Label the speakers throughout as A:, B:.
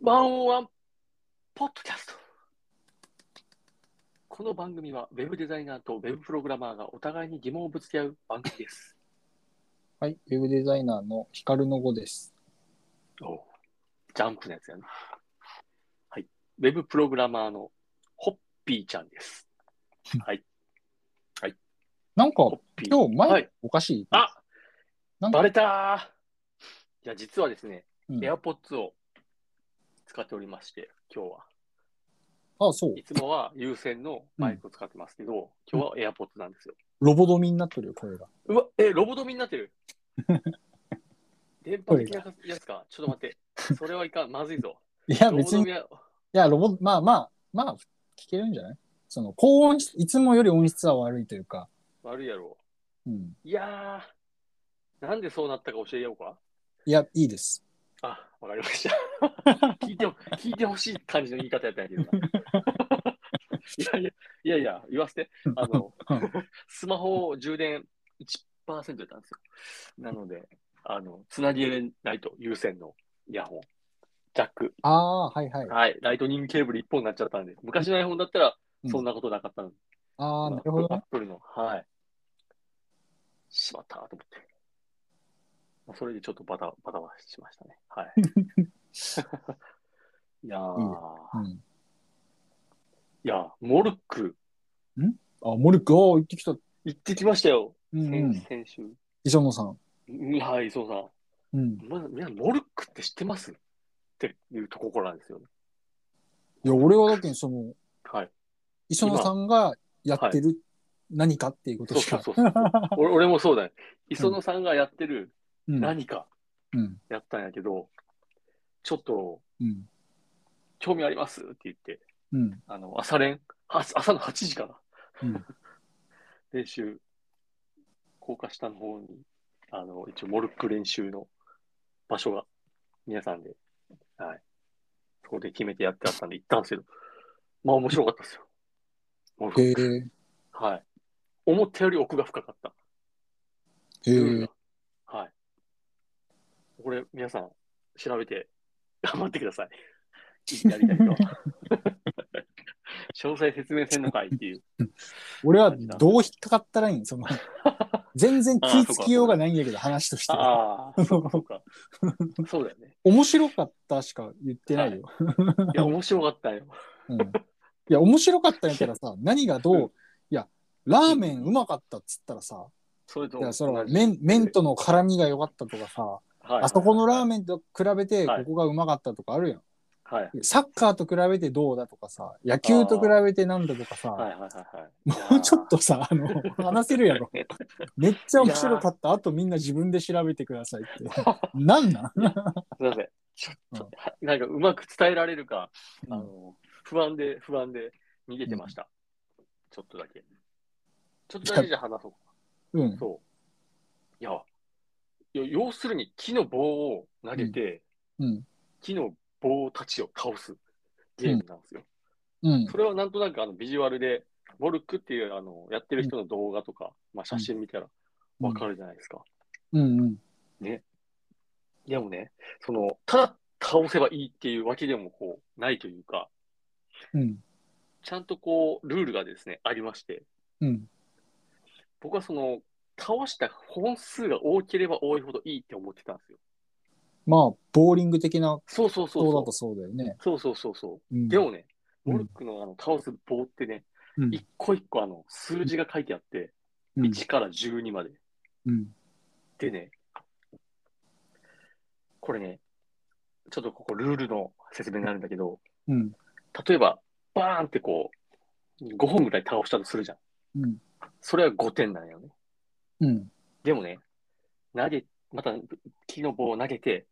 A: ワンオンワンポッドキャスト。この番組はウェブデザイナーとウェブプログラマーがお互いに疑問をぶつけ合う番組 です。
B: はい、ウェブデザイナーのヒカルの語です。
A: ジャンプのやつやな。はい。ウェブプログラマーのホッピーちゃんです。
B: なんか
A: ホッ、ピー。
B: 今日、マイ
A: は
B: ク
A: い
B: おかしい。
A: あ
B: なんか
A: バレたーいや、実はですね、
B: うん
A: AirPods を使っておりまして、今日は。
B: あ、そう
A: い。つもは有線のマイクを使ってますけど、今日は AirPods なんですよ。
B: ロボドミになってるよ、声が。
A: うわ、え、ロボドミになってる。電波的なやつか。ちょっと待って。それはいかん。まずいぞ。
B: いや、
A: ロボ
B: 別
A: ド
B: に、い
A: ミは、
B: や、ロボ、まあまあ、まあ、聞けるんじゃないその、高音質、いつもより音質は悪いというか、
A: 悪いやろ
B: うん。
A: う。いやー、なんでそうなったか教えようか。
B: いや、いいです。
A: あ、わかりました。 聞いても、聞いてほしい感じの言い方やったんやけどな。 いやいや、いやいや、言わせて。あの
B: うん、
A: スマホを充電1%やったんですよ。なので、あの、つなげれないと、有線のイヤホン。ジャック
B: あ あ、はいはい。
A: はい、ライトニングケーブル一本になっちゃったんで、昔の iPhone だったら
B: うん
A: そんなことなかったので、
B: ああ、
A: ま
B: なるほど
A: アッ
B: ね。
A: プルの、はい。しまったと思って。まあそれでちょっとバタバタバタしましたね。 はい。いやー、
B: うん。
A: いやー、モルック
B: あ、モルク、おー行ってきた。
A: 行ってきましたよ、
B: うん、う
A: 先
B: ん。
A: 先週。
B: 磯野さん。
A: うんはい、そうさ
B: うん。
A: ん。まず、皆さん、モルックって知ってますっていうところなんですよね。
B: いや、俺はだけに、その、
A: はい。
B: 磯野さんがやってる何かっていうこと
A: そう
B: し
A: そ
B: か
A: う。そうそう。俺俺もそうだよ。磯野さんがやってる
B: うん。
A: 何か
B: うん。
A: やったんやけど、ちょっと
B: うん。
A: 興味ありますって言って、
B: うん。
A: あの朝練、は朝の8時から、
B: うん
A: 練習、高架下の方に、あの一応、モルック練習の場所が、皆さんで、はい、そこで決めてやってあったんで行ったんですけど、まあ面白かったですよ。モル
B: へえ
A: ック。はい。思ったより奥が深かった。
B: へえ
A: はい。これ、皆さん、調べて、頑張ってくださ い。やりたいと。詳細説明せんのかいっていう。
B: 俺はどう引っかかったらいい んその、全然気ぃつきようがないんやけど、話として。
A: ああ、そうか、そうか。そうだよね。
B: 面白かったしか言ってないよ。
A: いや、面白かったよ。
B: い、うん。いや、面白かったんやった らさ、何がどう、
A: うん
B: いや、ラーメンうまかったっつったらさ、
A: それと
B: いや、そ
A: 同
B: の
A: じ
B: 麺、麺、との絡みが良かったとかさ、
A: はい
B: あそこのラー
A: ン。
B: メンと比べてここがうまかったとかあるやん。
A: はい。はい
B: サッカーと比べてどうだとかさ、野球と比べてなんだとか
A: はい
B: さ、
A: はいはい。
B: もうちょっとさ、あの、話せるやろ。
A: いや
B: めっちゃ面白かった。あとみんな自分で調べてくださいって。なんなん
A: ー。すみません。ちょっと、はなんかうまく伝えられるか、あの、不安で、不安で逃げてました。ちょっとだけ。ちょっとだけじゃ話そう。
B: うん。
A: そう。いや、いや要するに木の棒を投げて、
B: うん。
A: 木の棒たちを倒すゲームなんですよ。
B: うん。
A: それはなんとなくあのビジュアルで、モルックっていうあのやってる人の動画とか、まあ、写真見たらわかるじゃないですか。
B: うんうん。
A: でもね、その、ただ倒せばいいっていうわけでもこう、ないというか、
B: うん。
A: ちゃんとこう、ルールがですね、ありまして、
B: うん。
A: 僕はその、倒した本数が多ければ多いほどいいって思ってたんですよ。
B: まあ、ボーリング的な
A: そうそうそう
B: 人だ
A: そ
B: とそうだよね。
A: う。そうそうそうそう。
B: うん
A: でもね、
B: うん
A: モルックのあの倒す棒ってね、
B: うん
A: 一個一個あの数字が書いてあって、
B: うん
A: 1から12まで。
B: うん。
A: でね、これね、ちょっとここルールの説明になるんだけど、
B: うん。
A: 例えば、バーンってこう、5本ぐらい倒したとするじゃん。
B: うん。
A: それは5点なんよね。
B: うん。
A: でもね、投げ、また木の棒を投げて、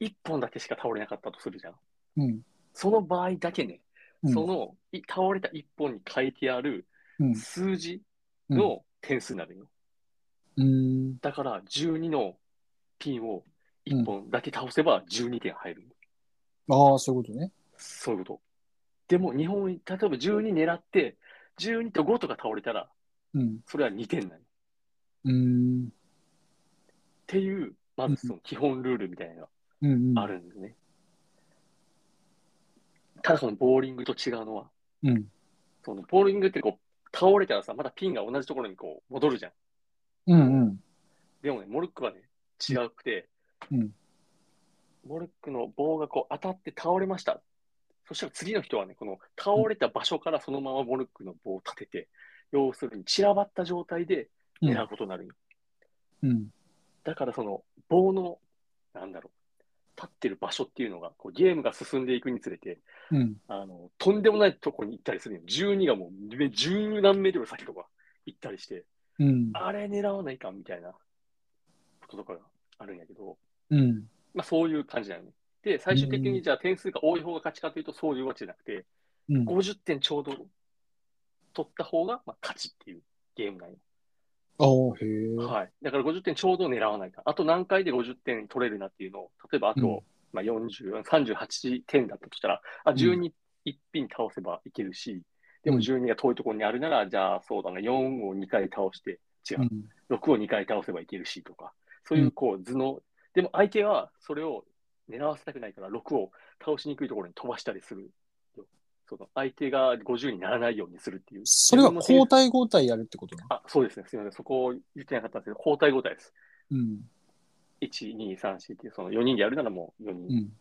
A: 1本だけしか倒れなかったとするじゃん。
B: うん。
A: その場合だけね、
B: うん
A: そのい倒れた1本に書いてある
B: うん
A: 数字の点数になるよ。
B: うん。
A: だから12のピンを1本だけ倒せば12点入る。
B: ああ、そういうことね。
A: そういうこと。でも日本、例えば12狙って、12と5とか倒れたら、
B: うん。
A: それは2点になる。っ
B: うん。
A: ていう、まずその基本ルールみたいなの
B: うん。うん
A: があるんですね。ただそのボーリングと違うのは、
B: うん。
A: そのボーリングってこう、倒れたらさ、またピンが同じところにこう、戻るじゃん。
B: うんうん。
A: でもね、モルックはね、違くて、
B: うん
A: モルックの棒がこう当たって倒れました。そしたら次の人はね、この倒れた場所からそのままモルックの棒を立てて、要するに散らばった状態で
B: うん
A: 狙うことになるよ。
B: うん。
A: だからその棒の、なんだろう、立ってる場所っていうのが、こうゲームが進んでいくにつれて、
B: うん。
A: あの、とんでもないとこに行ったりするよ。12がもうめ十何メートル先とか行ったりして、
B: うん。
A: あれ狙わないかんみたいなこととかがあるんやけど、
B: うん。
A: まあそういう感じだよね。で、最終的
B: う
A: にじゃあ点数が多い方が勝ちかというと、そういうわけじゃなくて、
B: うん。
A: 50点ちょうど取った方がまあ勝ちっていうゲームなんよ。
B: おー、へー
A: はい。だから50点ちょうど狙わないか。あと何回で50点取れるなっていうのを、例えばあと、
B: うん
A: まあ40、38点だったとしたら、あ、12、一品倒せばいけるし、でも12が遠いところにあるなら、じゃあそうだな、4を2回倒して、違う
B: う、ん。
A: 6を2回倒せばいけるしとか、そういうこう図の、でも相手はそれを狙わせたくないから、6を倒しにくいところに飛ばしたりするよ。その相手が50にならないようにするっていう。
B: それは
A: 自分の点数
B: 交代交代やるってことな。
A: あ、そうですね。すみません。そこを言ってなかったんですけど、交代交代です。
B: うん。
A: 1、2、3、4っていう、その4人でやるならもう4人、
B: うん。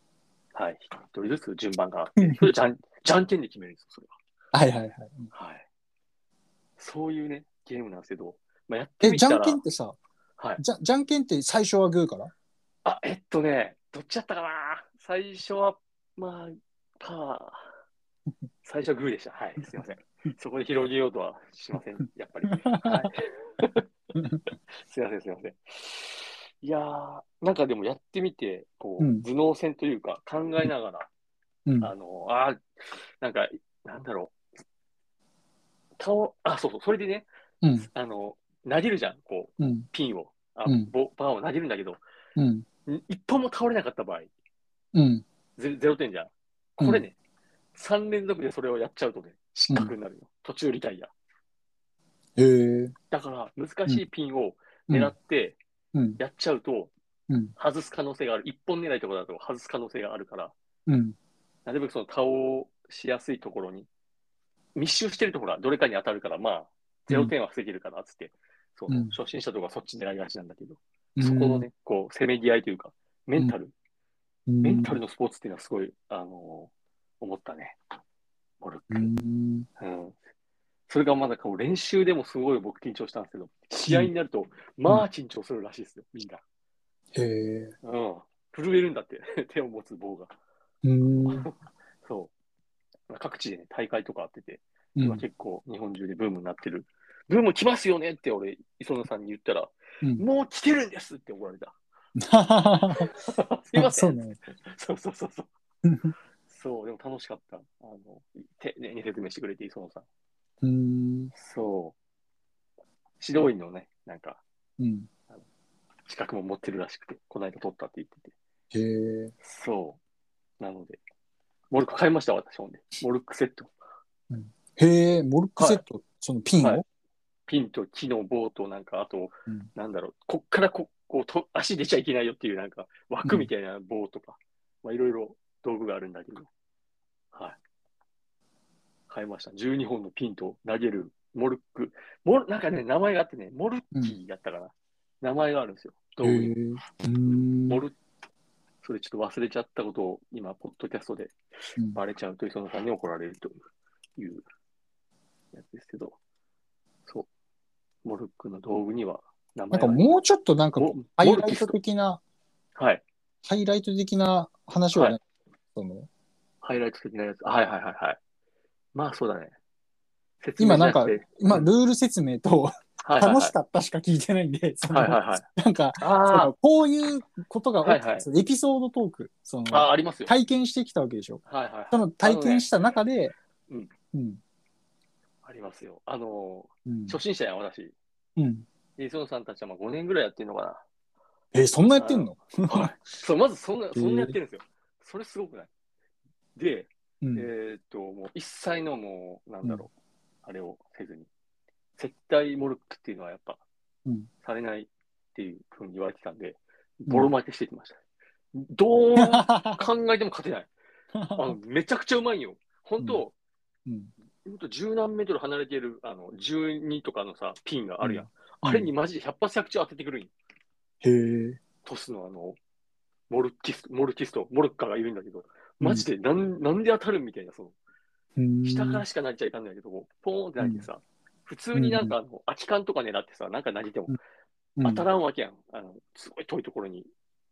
A: はい、1人ずつ順番があって、それじゃん、じゃんけんで決めるんですよ、それ
B: はいはいはい。
A: は。はい。そういうね、ゲームなんですけど、まあ、やって
B: え、
A: み
B: じ
A: たら、
B: ゃんけんってさ、
A: はい。
B: じゃじゃんけんって最初はグーから
A: あ、えっとね、どっちだったかな最初は、まあ、パー。最初はグーでした。はい、すいません。そこで広げようとはしません、やっぱり。はい すいません、すいません。いやー、なんかでもやってみて、こう、
B: うん
A: 頭脳戦というか、考えながら、
B: うん。
A: あの、あーなんか、なんだろう。倒、あ、そうそう、それでね、
B: うん。
A: あの、投げるじゃん、こう、
B: うん。
A: ピンを、あ
B: うん
A: ボバーを投げるんだけど、
B: うん。
A: ん一本も倒れなかった場合、
B: うん。
A: ゼゼロ点じゃん。これね、3連続でそれをやっちゃうとね、失格になるよ。途中リタイア。
B: へえ。
A: だから、難しいピンを
B: うん
A: 狙って
B: うん。
A: やっちゃうと、
B: うん
A: 外す可能性がある。一本狙いとかだと外す可能性があるから、
B: うん。
A: なるべくその倒しやすいところに、密集してるところはどれかに当たるから、まあ、0点は防げるから、つって、そう
B: うん
A: 初心者とかそっち狙いがちなんだけど、そこのね、こう、せめぎ合いというか、メンタル、
B: うん、
A: メンタルのスポーツっていうのはすごい、あのー思ったね。モルッ
B: う
A: ク。
B: ん。
A: うん。それがまだこう、練習でもすごい僕緊張したんですけど、試合になると、まあ緊張するらしいですよ、みんな。
B: へえ。
A: うん。震えるんだって、 手を持つ棒が。
B: うん。
A: そう。各地でね、大会とかあってて、
B: う
A: 今
B: ん。
A: 結構日本中でブームになってる。ブーム来ますよねって俺、磯野さんに言ったら、
B: うん、
A: もう来てるんですって怒られた。 すいま
B: あ
A: せ。
B: そうんね。
A: そうそうそうそう。そう、でも楽しかった。あの、丁寧に説明してくれて、磯野さん。
B: うん。
A: そう。指導員のね、なんか、
B: うん。
A: 資格も持ってるらしくて、この間取ったって言ってて。
B: へえ。
A: そう。なので、モルック買いました、私ほんで。モルックセット。
B: へえ、モルックセット、そのピンを、
A: はいピンと木の棒と、なんか、あと、
B: うん
A: なんだろう、こっからここうと足出ちゃいけないよっていう、なんか、枠みたいな棒とか、まあ、いろいろ道具があるんだけど、はい。買いました。12本のピンと投げる、モルック。モルなんかね、名前があってね、モルッキーだったかな。名前があるんですよ、道具
B: へ
A: に。
B: え。うん。
A: モルそれちょっと忘れちゃったことを今、ポッドキャストで
B: うん
A: バレちゃうと、磯野さんに怒られるというやつですけど、そう、モルックの道具には名
B: な
A: 前
B: んか
A: が
B: もうちょっとなんか
A: モ
B: こ
A: モ
B: う、ハイ
A: ル
B: ラ
A: キ
B: イ
A: ス
B: ト
A: ト
B: 的な、
A: はい、
B: ハイライト的な話はね、その
A: ハイライト的なやつ。はいはいはいはい。まあそうだね。説
B: 今なんか
A: じゃくて
B: 今、ルール説明と、
A: はいはいはい
B: 楽しかったしか聞いてないんで、 その
A: はいはいはい。
B: なんか、そ
A: あ
B: のこういうことが起きた、
A: はいはい
B: そのエピソードトーク、そ
A: あ、あ
B: の
A: ありますよ。はい
B: 体験してきたわけでしょ。
A: はいはい。
B: その体験した中で、
A: うん
B: うん、
A: ありますよ。あの
B: うん
A: ー、初心者や私。
B: うん。
A: で磯野さんたちはまあ5年ぐらいやってるのかな。
B: えーそんなやってんの
A: はい。そう、まずそんな、そんなやってるんですよ。それすごくない。で、
B: うん
A: えーっと、もう一切のもう、なんだろう、あれをせずに。絶対モルックっていうのはやっぱ、
B: うん
A: されないっていうふうに言 われてたんで、ボロ負けしてきました。どう考えても勝てない。あのめちゃくちゃうまいよ。本当、
B: うん。
A: ほんと十何メートル離れてる、あの、12とかのさ、ピンがあるやん。
B: うん
A: あれにマジで100発100中当ててくるんよ。
B: へえ。
A: トスのあの、モルキス、モルキスト、モルッカがいるんだけど、マジでなん、なんで当たるみたいな、その、
B: うん
A: 下からしか投げちゃいかんないけど、こうポーンって投げてさ、普通になんかあの、空き缶とか狙ってさ、なんか投げても
B: うん
A: 当たらんわけやん。あの、すごい遠いところに、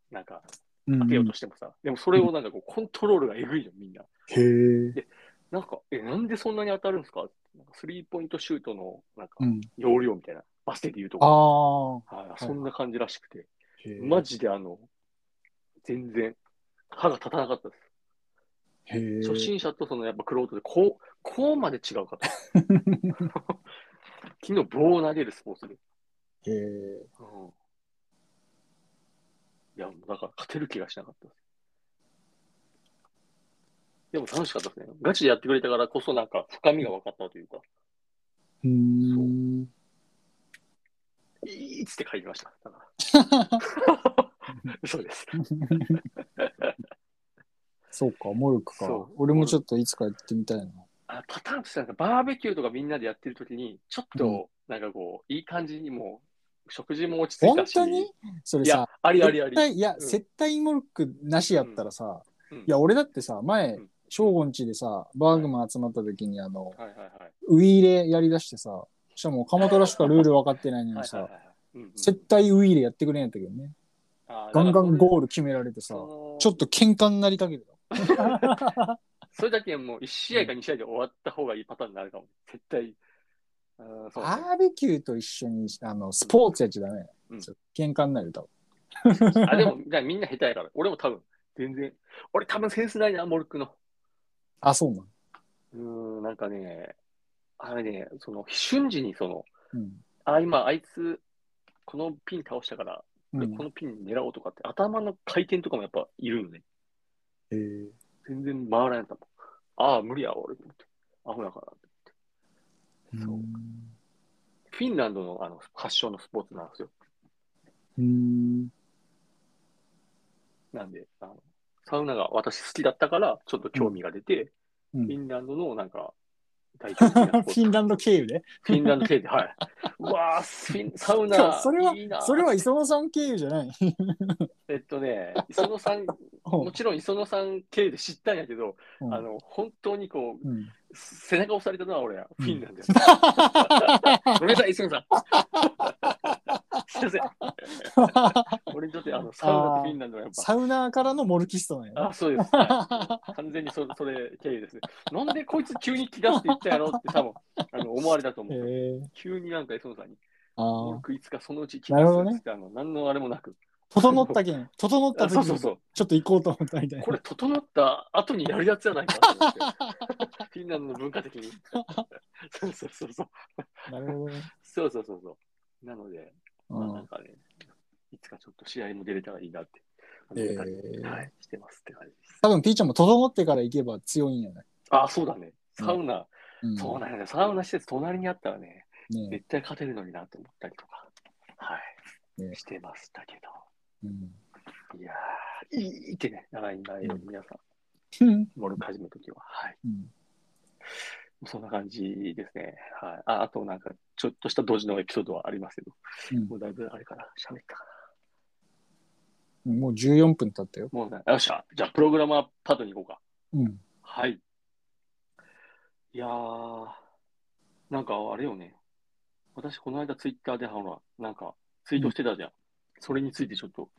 A: なんか
B: うん
A: 当てようとしてもさ、でもそれをなんかこう、コントロールがえぐいよ、みんな。
B: へえ。
A: なんか、え、なんでそんなに当たるんですかなんかスリーポイントシュートの、なんか
B: う、ん。
A: 容量みたいな、バスケで言うとこ、
B: あ
A: はいそんな感じらしくて、
B: あ。
A: マ
B: ジ
A: ジであの、全然、歯が立たなかったです。
B: へえ。
A: 初心者とそのやっぱクロートでこう、こうまで違 うかと。昨日棒を投げるスポーツで。
B: へえ。
A: うん、いや、もうだから勝てる気がしなかったです。でも楽しかったですね。ガチでやってくれたからこそなんか深みが分かったというか、
B: うーん。
A: いいっつって書いてま した。だからそうです。
B: そうか、モルクか
A: そう。
B: 俺もちょっといつかやってみたいな。
A: あパターンとしてなんかバーベキューとかみんなでやってるときに、ちょっとなんかこう、いい感じにもう食事も落ち着い
B: 本
A: たし。
B: 当にそれ
A: い
B: さ
A: や、、ありありあ
B: 絶
A: り。
B: 対、いや、
A: うん
B: 接待モルクなしやったらさ、
A: うん
B: いや、俺だってさ、前
A: うん、
B: 正午んちでさ、バーグマン集まった時に、あの、
A: はいはいはい。
B: ウイイレやりだしてさ、しかも、鎌倉しかルール分かってないのに
A: はい
B: さ
A: は、いはいはいうんうん
B: 接待ウイイレやってくれんやったけどね。
A: あー
B: ガンガンゴール決められ
A: だか
B: てさ、
A: らそ
B: ちょ
A: れ
B: っと喧嘩になりかけてた。
A: それだけもう1試合か2試合で終わった方がいいパターンになるかも。絶対。あーそう
B: バ
A: ね
B: ーベキューと一緒に、あの、スポーツやっちゃダメ。
A: うん
B: ちょっと喧嘩になるよ、多分。
A: あでもじゃあみんな下手やから。俺も多分、全然。俺多分センスないな、モルックの。
B: あ、そうなの。
A: うーん、なんかね、あれね、その瞬時にその、
B: うん。
A: あ、今、あいつ、このピン倒したから、
B: うん
A: このピン狙おうとかって、頭の回転とかもやっぱいるよね。
B: へー
A: 全然回らなかったもん。ああ、無理や、俺。アホやから。そうフィンランドのあの発祥のスポーツなんですよ。
B: うん。
A: なんで、あのサウナが私好きだったから、ちょっと興味が出て、
B: うん
A: フィンランドのなんか、代表的なス
B: フ
A: ポーツ
B: ィンランド経由で
A: フィンランド系で、はい。うわあ、フ ィンサウ
B: いや
A: ナ、
B: それはい
A: いな
B: それは磯野さん経由じゃない。
A: えっとね、磯野さん、もちろん磯野さん系で知ったんやけど、
B: うん
A: あの、本当にこう、
B: うん
A: 背中押されたのは俺は、
B: うん
A: フィンランドです。 ごめんなさい、磯野さん。 すいません。俺にとって、あの、サウナとフィンランドはやっぱ、
B: サウナーからのモルキストなんやね。
A: あ、そうです。 はい完全にそそれ経由ですね。なんでこいつ急に気がって言ったやろって多分あの思われたと思
B: へ
A: う。
B: え。
A: 急になんか磯野さんに、
B: あ
A: 文
B: あ。
A: 句いつかそのうち気
B: な
A: が
B: る
A: す
B: ほど
A: る
B: ね
A: っつって、あの何のあれもなく。
B: 整ったけん。整った
A: あ
B: 時
A: そう
B: に
A: そうそう。
B: ちょっと行こうと思ったみたいな
A: こ。れ整った後にやるやつじゃないかと思って。フィンランドの文化的に。そうそうそうそう。
B: なるほどね。
A: そうそうそう そう。なので、まあ、
B: う
A: なん
B: ん
A: かね、いつかちょっと試合も出れたらいいなって。あの
B: へえ
A: 二人はい、してますって感じです。
B: 多分、ピーちゃんも整ってから行けば強いんやない。
A: あ、そうだね。サウナ、
B: うん
A: そうなんだ。サウナ施設隣にあったらね、
B: ね
A: 絶対勝てるのになと思ったりとか、はい、
B: ね
A: してましたけど、
B: うん
A: いやー、いいってね、長い長いよ、皆さ
B: うん
A: ん、モルク始めるときは、はい、
B: うん
A: そんな感じですね。はい、ああと、なんか、ちょっとしたドジのエピソードはありますけど、
B: うん
A: もうだいぶあれかな、喋ったか
B: もう14分経ったよ。
A: な。もうな、よっしゃ、じゃあ、プログラマーパートに行こうか。
B: うん。
A: はい。いやー、なんかあれよね、私、この間、ツイッターで、ほら、なんか、ツイートしてたじゃん。それについてちょっと、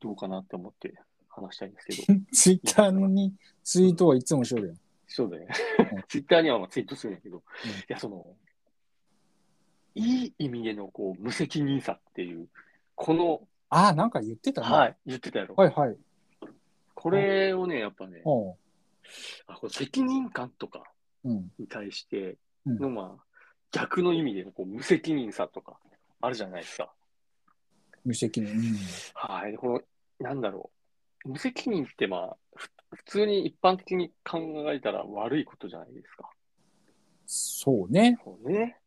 A: どうかなって思って話したいんですけど。
B: ツイッターにツイートはいつもしよるよ。
A: そうだね
B: うん。
A: ツイッターにはまあツイートするんやけど、いや、その、いい意味でのこう無責任さっていう、この、
B: ああ、なんか言ってたね。
A: はい、言ってたやろ。
B: はいはい。
A: これをね、やっぱね、
B: おう
A: あこう責任感とか
B: うん。
A: に対して
B: うん
A: の、まあ、逆の意味でのこう無責任さとか、あるじゃないですか。
B: 無責任。うん
A: はい、この、なんだろう。無責任って、まあ、ふ普通に一般的に考えたら悪いことじゃないですか。
B: そうね。
A: そうね。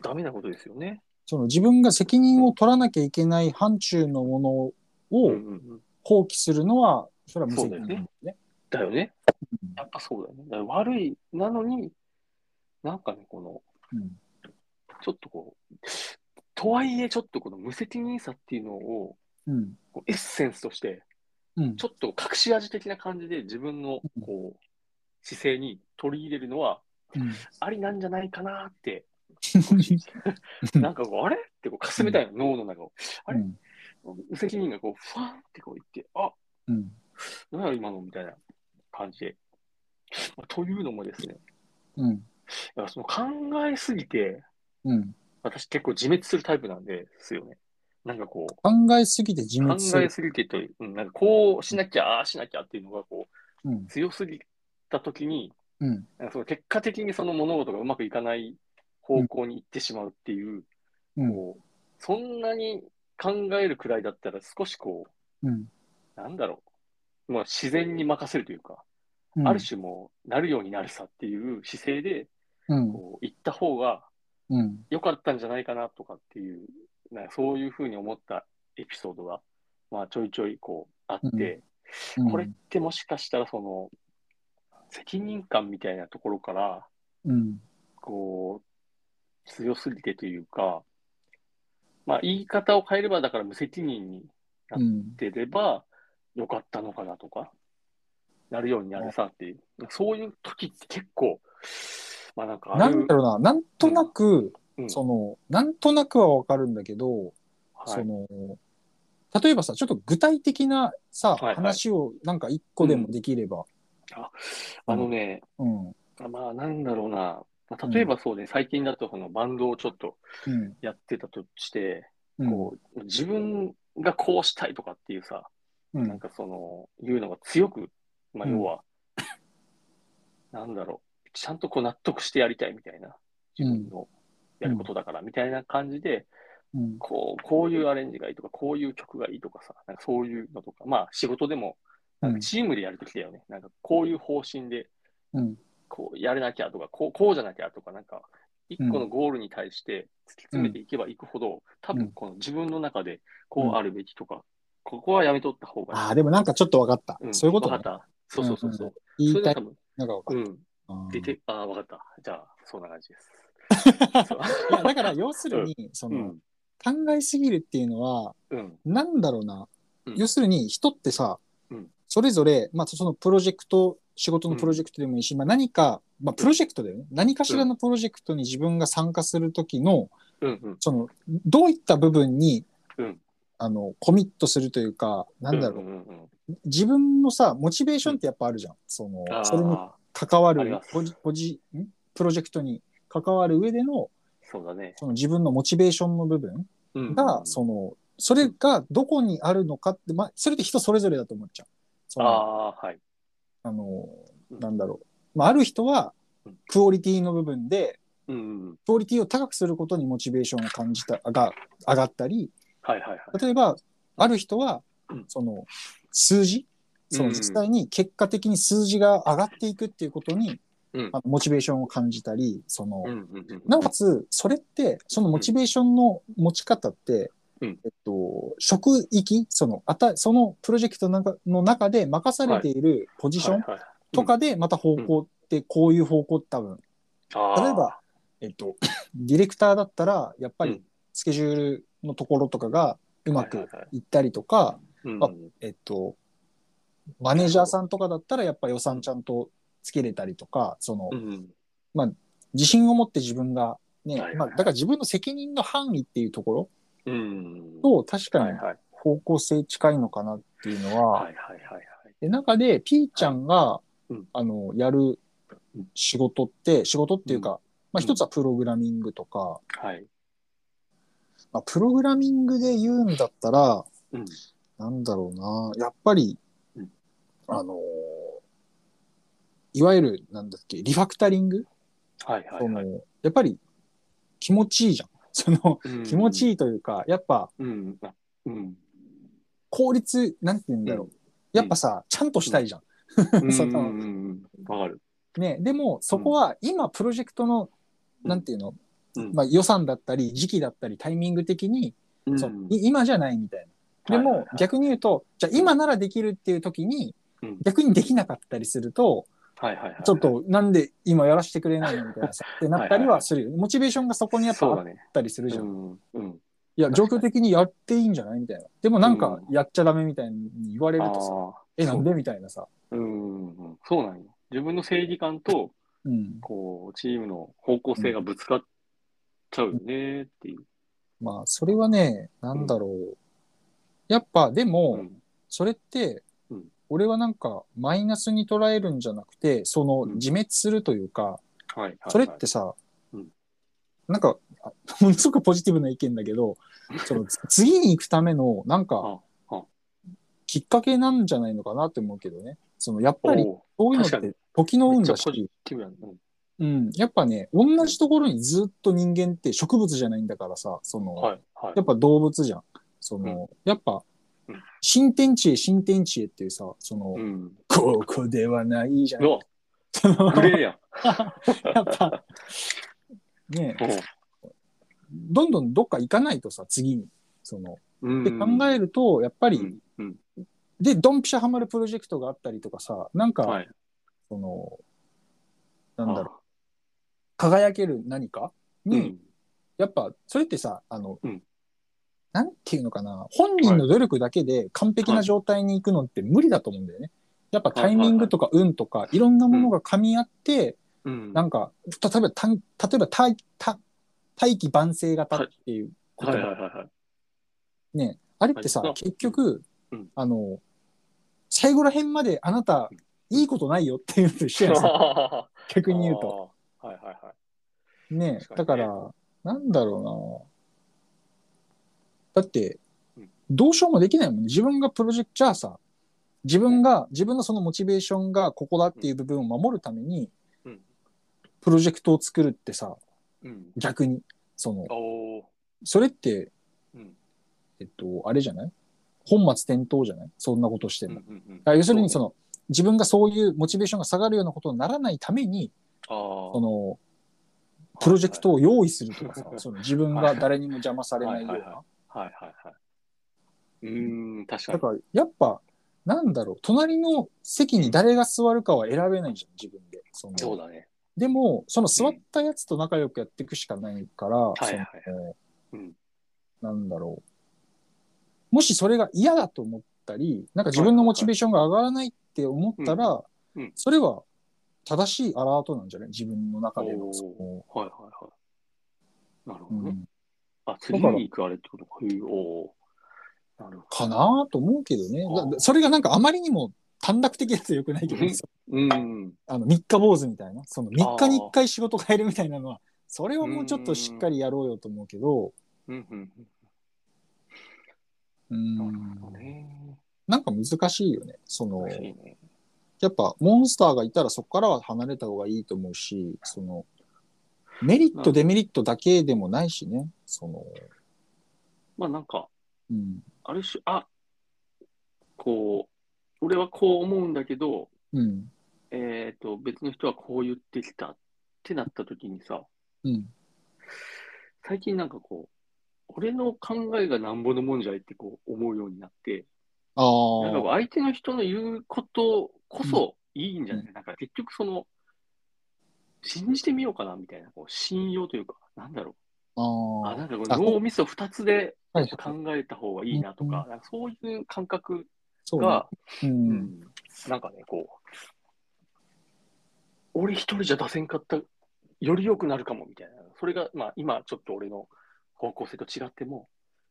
A: ダメなことですよね。
B: その自分が責任を取らなきゃいけない範疇のものを
A: うんうんうん
B: 放棄するのは、それは無責任だよね。
A: だよね。やっぱそうだよね。だから悪い、なのに、なんかね、この、
B: うん。
A: ちょっとこう、とはいえ、ちょっとこの無責任さっていうのを、
B: うん。
A: こうエッセンスとして、
B: うん
A: ち。ょっと隠し味的な感じで自分のこう姿勢に取り入れるのは
B: うん
A: ありなんじゃないかなって、
B: うん
A: なんかこう、あれってこうかすめたいの、脳の中を。あれ
B: うん
A: 無責任がこう、ふわーってこう言って、あ
B: うん。
A: なんや今のみたいな感じで。まあというのもですね、
B: うん。
A: だからその考えすぎて、
B: うん。
A: 私結構自滅するタイプなんですよね。なんかこう、
B: 考えすぎて自
A: 考
B: 滅す
A: え
B: る。
A: すぎてという、うん、なんかこうしなきゃ、ああしなきゃっていうのがこ
B: うん
A: う。強すぎたときに、
B: うん。
A: なんかその結果的にその物事がうまくいかない方向に行ってしまうっていう、
B: うん。
A: こうそんなに考えるくらいだったら少しこ
B: うん。
A: う、なんだろう、まあ、自然に任せるというか、
B: うん
A: ある種もうなるようになるさっていう姿勢で
B: うん。
A: こう行った方が
B: うん。
A: 良かったんじゃないかなとかっていう、なんかそういうふうに思ったエピソードが、まあ、ちょいちょいこうあって、これってもしかしたらその責任感みたいなところから
B: うん。
A: こう強すぎてというか、まあ、言い方を変えればだから無責任に
B: うん。
A: 出ればよかったのかなとかなるようになるさっていうそういう時って結構まあなんかあ
B: なん
A: る
B: だろうな、なんとなく、
A: うん
B: その、なんとなくはわかるんだけど、
A: は
B: そ
A: い
B: の、例えばさ、ちょっと具体的なさ、
A: はいはい
B: 話をなんか一個でもできれば、
A: あのね
B: うん、うん、
A: まあなんだろうなまあ例えばそうね、最近だとそのバンドをちょっと
B: うん、
A: やってたとして、
B: うん、
A: こう自分がこうしたいとかっていうさ、
B: うん、
A: なんかその、言うのが強く、まあ、
B: うん
A: 要は、 なんだろう、ちゃんとこう納得してやりたいみたいな、自分のやることだからみたいな感じで、
B: うん、
A: こう、こういうアレンジがいいとか、こういう曲がいいとかさ、なんかそういうのとか、まあ仕事でも、なんかチームでやるときだよね、なんかこういう方針で、
B: うん
A: こうやれなきゃとか、こうこうじゃなきゃとか、なんか、一個のゴールに対して突き詰めていけばいくほど、多分この自分の中でこうあるべきとか、ここはやめとった方がいい
B: ああ、でもなんかちょっとわかった。
A: うん
B: そういうことね
A: わかった。そうそうそうそう。
B: 言
A: それ
B: いた
A: が
B: い
A: 多分、
B: のがわか
A: う
B: っ
A: ん、
B: た。うん
A: 出て、ああ、わかった。じゃあ、そんな感じです。 そう
B: いやだから要するに、そうの
A: ん、
B: 考えすぎるっていうのは、
A: うん、
B: なんだろうな、
A: うん
B: 要するに人ってさ、
A: うん
B: それぞれ、まあ、そのプロジェクト仕事のプロジェクトでもいいし、まあ、何か、まあ、プロジェクトだよね、何かしらのプロジェクトに自分が参加する時の
A: うん、うん、
B: そのどういった部分に、
A: うん
B: あのコミットするというかなんだろう、
A: うんうんうん
B: 自分のさモチベーションってやっぱあるじゃん、その
A: ああ、
B: それに関わ
A: あり
B: る
A: ます
B: ポジポジんプロジェクトに関わる上での
A: そうだね。
B: その自分のモチベーションの部分
A: うん
B: が、その、それがどこにあるのかって、まあ、それって人それぞれだと思っちゃう。そ
A: あ
B: のあ
A: あ、はい。
B: の、
A: うん
B: なんだろう。まあ、ある人は
A: うん、
B: クオリティの部分で、
A: うんうん、
B: クオリティを高くすることにモチベーションを感じた、が、上がったり、
A: はいはいはい。
B: 例えば、ある人は
A: うん、
B: その、数字、そうの
A: ん
B: 実際に結果的に数字が上がっていくっていうことに、
A: うん
B: あのモチベーションを感じたり、その、
A: うんうんうん
B: なおかつ、それって、そのモチベーションの持ち方って、
A: うん
B: えっと、職域、その、あた、そのプロジェクトの中の中で任されているポジション
A: はいはい
B: とかで、また方向って、こういう方向って多分、
A: ああ
B: 例えば、えっと、 ディレクターだったら、やっぱ
A: う
B: り
A: ん、
B: スケジュールのところとかがうま
A: はい
B: く
A: はいはい
B: いったりとか、
A: うん
B: あえっと、マネージャーさんとかだったら、やっぱ予算ちゃんとつけれたりとか、その
A: う、ん
B: 自信を持って自分が、ね
A: はいはい、
B: まあ、だから自分の責任の範囲っていうところ
A: うん。
B: と確か
A: はい
B: に
A: はい
B: 方向性近いのかなっていうのは、
A: はいはいはいはい。
B: で中で P ちゃんが、
A: うん
B: あのやる仕事って仕事っていうか、まあ、一つはプログラミングとか、
A: はい。
B: まあ、プログラミングで言うんだったら
A: うん。
B: なんだろうなやっぱり、
A: うん
B: あのいわゆるなんだっけリファクタリング、
A: はいはいはい。
B: そのやっぱり気持ちいいじゃん。その
A: うん
B: 気持ちいいというか、やっぱ
A: うん。あうん。
B: 効率、なんて言うんだろう。やっぱさ、ちゃんとしたいじゃん。 その
A: うんうんうんわかる。
B: ね、でも、そこは今、プロジェクトの、
A: うん
B: なんていうの、
A: うん
B: まあ、予算だったり、時期だったり、タイミング的に、
A: うん
B: そのい今じゃないみたいな。で
A: はいはい
B: も
A: は、い
B: 逆に言うと、じゃあ今ならできるっていう時に
A: うん、
B: 逆にできなかったりすると、
A: はいはいはい。
B: ちょっとなんで今やらせてくれないのみたい なさ、ってなったりはするよね。モチベーションがそこにやっぱ
A: そう
B: あ
A: だ
B: っ
A: ね。
B: たりするじゃん。
A: うん。うん。
B: いや、状
A: 確か
B: 況
A: に
B: 的にやっていいんじゃないみたいな。でもなんか
A: う
B: やっちゃダメみたいに言われる
A: あ
B: とさ、
A: あ
B: え、なんでみたいなさ。
A: ー、うんうん。そうなんよ。自分の正義感と、
B: うん。
A: こう、チームの方向性がぶつかっちゃうよねっていう。
B: まあ、それはね、なんだろう。やっぱ、でも、
A: うん。
B: それって
A: うん、
B: 俺はなんかマイナスに捉えるんじゃなくて、その
A: うん
B: 自滅するというか、
A: はいはい、はい。
B: それってさ
A: うん、
B: なんか、 あものすごくポジティブな意見だけ ど、そのつ次に行くための、なんか
A: ああ、
B: きっかけなんじゃないのかなって思うけどね。そのやっ
A: お
B: ぱり、
A: お
B: そういうのっ
A: 確か
B: て時の
A: め
B: 運
A: っちゃ
B: だし
A: ポ、ジティブやん。うん
B: うん、やっぱね、同じところにずっと人間って植物じゃないんだからさ、その、
A: はいはい
B: や。っぱ動物じゃん。その、やっぱ
A: うん、
B: 新天地へ新天地へっていうさ、その、
A: うん。
B: ここではないじゃん。
A: うわ、グレーやん。
B: やっぱ、ねえどんどんどっか行かないとさ、次に。その、
A: うん。
B: で考えると、やっぱり、
A: うんうん
B: で、ドンピシャハマるプロジェクトがあったりとかさ、なんか、
A: はい。
B: その、なんだろう、輝ける何か
A: う
B: に、
A: ん。
B: やっぱ、それってさ、あの、
A: うん
B: なんていうのかな、本人の努力だけで完璧な状態に行くのって無理だと思うんだよね。やっぱタイミングとか運とか、いろんなものが噛み合って、
A: うん。
B: なんか、例えば、たん例えば大、た大器晩成型っていう言葉、
A: はいはいはいはい。
B: ね、あれってさ、
A: はい
B: 結局、
A: うん
B: あの、最後ら辺まであなた、いいことないよっていうのと一緒 やんさ逆に言うと。
A: あー。はいはいはい。
B: ね
A: 確かにね
B: だから、なんだろうな。だって
A: うん、
B: どうしようもできないもんね。自分がプロジェクト、じゃあさ、自分が、自分のそのモチベーションがここだっていう部分を守るために
A: うん、
B: プロジェクトを作るってさ、
A: うん。
B: 逆に、その、
A: おー
B: それって、
A: うん
B: えっと、あれじゃない本末転倒じゃないそんなことして
A: うんう
B: も。
A: んうん
B: あ要するに、その、自分がそういうモチベーションが下がるようなことにならないために、
A: あー
B: その、プロジェクトを用意するとかさ、その自分が誰にも邪魔されないよう
A: はいはい
B: な。
A: はいはいはい。うーん、確か
B: だ
A: に。
B: から、やっぱ、なんだろう、隣の席に誰が座るかは選べないじゃん、自分で。その
A: そうだね。
B: でも、その座ったやつと仲良くやっていくしかないから、
A: いはいはい
B: その
A: うん
B: なんだろう。もしそれが嫌だと思ったり、なんか自分のモチベーションが上がらないって思ったら、
A: うんうん
B: それは正しいアラートなんじゃない自分の中で
A: お
B: の。
A: ー
B: その
A: はいはいはい。なる
B: う
A: ほどね。
B: ん
A: あ、釣りに行くあれってことか。へーおーなるほ
B: かなと思うけどね
A: あー。
B: だそれがなんかあまりにも短絡的やつよくないけ
A: う
B: ど、
A: んど。うん。
B: あの、三日坊主みたいな、その三日に一回仕事変えるみたいなのは、それはもうちょっとしっかりやろうよと思うけど、
A: うんうんうん。
B: う
A: なんるほどね。
B: なんか難しいよね。その
A: 難、しいね。
B: やっぱモンスターがいたらそこからは離れた方がいいと思うし、その、メリット、デメリットだけでもないしね、その、
A: まあなんか、
B: うん、
A: ある種、あ、こう、俺はこう思うんだけど、
B: うん、
A: えっ、と、別の人はこう言ってきたってなった時にさ、
B: うん。
A: 最近なんかこう、俺の考えがなんぼのもんじゃいってこう思うようになって、
B: あ
A: なんかこう
B: あ、
A: 相手の人の言うことこそいいんじゃない、なんか結局その、信じてみようかなみたいな、こう信用というか、なんだろ
B: あ
A: う。あ、
B: あ、
A: なんかこう
B: あ
A: 脳みそ2つで
B: はい、
A: 考えた方がいいなとか、なんかそういう感覚
B: そうね
A: が、。
B: うん、
A: うんなんかね、こう、俺一人じゃ出せんかった、より良くなるかもみたいな、それが、まあ、今ちょっと俺の方向性と違っても、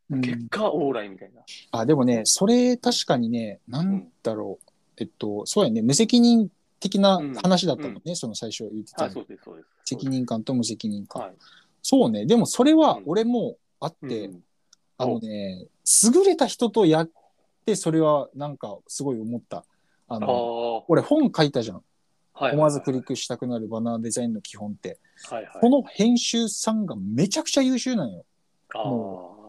B: うん
A: 結果、オーライみたいな。
B: あ、でもね、それ確かにね、なんだろう。えっと、そうやね、無責任的な話だったもんね、その最初言ってた、
A: はい、そうです、そうです。
B: 責任感と無責任感。
A: はい。
B: そうね、でもそれは
A: うん
B: 俺もあって、
A: うん
B: あのね、優れた人とやって、それはなんかすごい思った。あ
A: あ
B: の、
A: あ、は
B: 俺本書いたじゃん。
A: いはい。
B: 思わずクリックしたくなるバナーデザインの基本って。
A: はいはい。
B: この編集さんがめちゃくちゃ優秀なんよ。
A: あ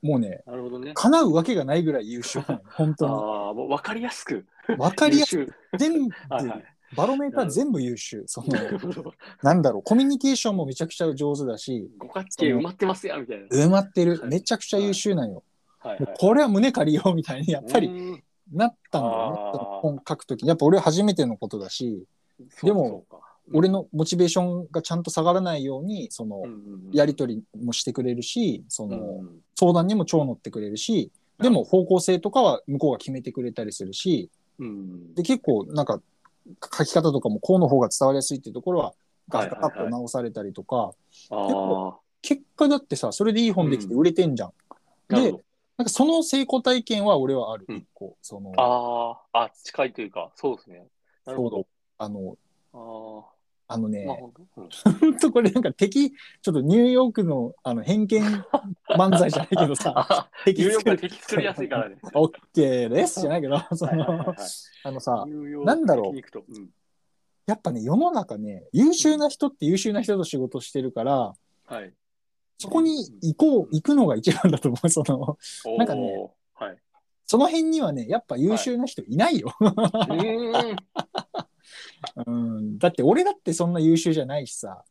B: もうね、
A: あ、なるほどね。
B: 叶うわけがないぐらい優秀なんよ。本
A: あ
B: 当
A: あ、もう分かりやすく。
B: に。わかりやすい。
A: 優秀
B: 全部、
A: はいはい。
B: バロメーター全部優 秀。その
A: な、るほど
B: なんだろう、コミュニケーションもめちゃくちゃ上手だし、
A: 五角形埋まってますや、みたいな。
B: 埋まってる
A: は、い
B: めちゃくちゃ優秀なんよ。
A: はい
B: も
A: は
B: う
A: い。
B: これは胸借りようみたいに、やっぱり
A: うん
B: なったんだよね
A: あー。
B: 本書くとき。やっぱ俺は初めてのことだし、
A: そう
B: でも
A: そうか
B: 俺のモチベーションがちゃんと下がらないように、その、やり
A: と
B: 取りもしてくれるし、その、
A: うんうん
B: 相談にも超乗ってくれるし、でも方向性とかは向こうが決めてくれたりするし、
A: うん
B: で、結構なんか書き方とかもこうの方が伝わりやすいっていうところは、ガ
A: はい
B: タ
A: はいはい
B: ガタッと直されたりとか、
A: ああ
B: 構結果だってさ、それでいい本できて売れてんじゃん。
A: なる
B: で
A: ほ、
B: なんかその成功体験は俺はある。
A: うん
B: 一個、その、
A: どあああ近いというかそうですねなるほど
B: あの、
A: あ
B: あの
A: あなる
B: ね、
A: ほど、うん
B: 本当これなんか敵、ちょっとニューヨークのあの偏見 漫才じゃないけどさ、
A: あニ
B: 敵
A: ューヨー
B: 作
A: クは
B: る。
A: 敵作りやすい からね
B: オッケーですじゃないけど、そ
A: はいはいはいは
B: の
A: い、
B: あのさ、
A: ニューヨーク
B: なんだろう
A: に行くとうん
B: やっぱね、世の中ね、優秀な人って優秀な人と仕事してるから、
A: はい
B: そこに行こう、行くのが一番だと思う。その、
A: おー
B: なんかね
A: はい
B: その辺にはね、やっぱ優秀な人いないよ。
A: うーん
B: うん。だって俺だってそんな優秀じゃないしさ。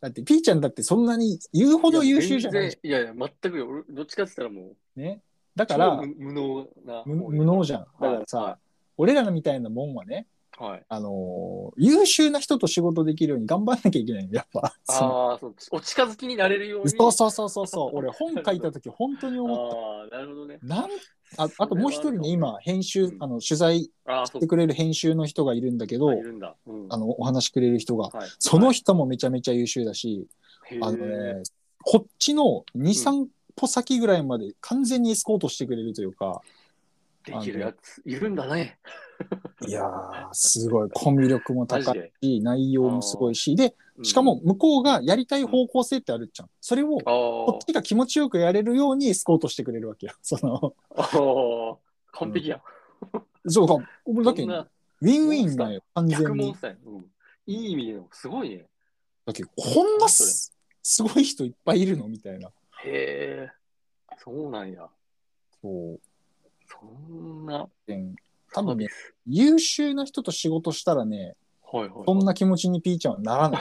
B: だって、ピーちゃんだってそんなに言うほど優秀じゃないし
A: いや全然いやいや全くよ俺どっちかって言ったらもう
B: ね。だから
A: 超、無無能な
B: 無無能じゃん。だからさ、
A: は
B: 俺らのみたいなもんはね、
A: いはい
B: あのー優秀な人と仕事できるように頑張んなきゃいけないの、やっぱ。その
A: ああそうお近づきになれるように
B: そうそうそうそうそう。俺本書いた時本当に思った。
A: ああなるほどね
B: なんああともう一人ね、今、編集、あの、取材し
A: ああそう
B: てくれる編集の人がいるんだけど
A: あい、るんだ、うん
B: あの、お話しくれる人が、
A: はい、
B: その人もめちゃめちゃ優秀だし、
A: はい
B: あの
A: へー
B: ね、こっちの2、3歩先ぐらいまで完全にエスコートしてくれるというか、
A: できるやついるんだね
B: いやー、すごい、コミュ力も
A: マジ
B: 高い
A: で、
B: し、内容もすごいし、で、
A: うん
B: しかも向こうがやりたい方向性ってあるじゃん。それを、
A: あ
B: こっちが気持ちよくやれるようにエスコートしてくれるわけよ。 その、
A: あああ完璧や、
B: そうか、俺だけ
A: そん
B: ど
A: な
B: ウィンウィンだよ、完全
A: 逆
B: に
A: モン。スターや、うん、いい意味でもすごいね
B: だけど、こんなすすごい人いっぱいいるのみたいな。
A: へえそうなんや
B: そう。
A: そんな
B: 多分ね、優秀な人と仕事したらね、
A: はいはい
B: そんな気持ちにピーちゃんはならない。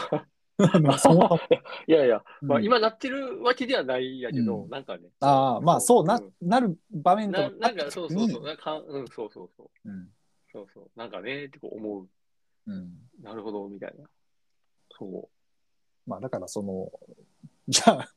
B: あのそもそも
A: いやいや、
B: うん
A: まあ、今なってるわけではないやけど、
B: うん
A: なんかね
B: ああ、まあそうな、
A: ん
B: なる場面と
A: な
B: か
A: なんかそうそうそう
B: う。
A: なんかうんそうそうそう
B: うん。
A: そうそうなんかねってこう思う
B: うん。
A: なるほどみたいなそう
B: まあだからその、 じゃあ、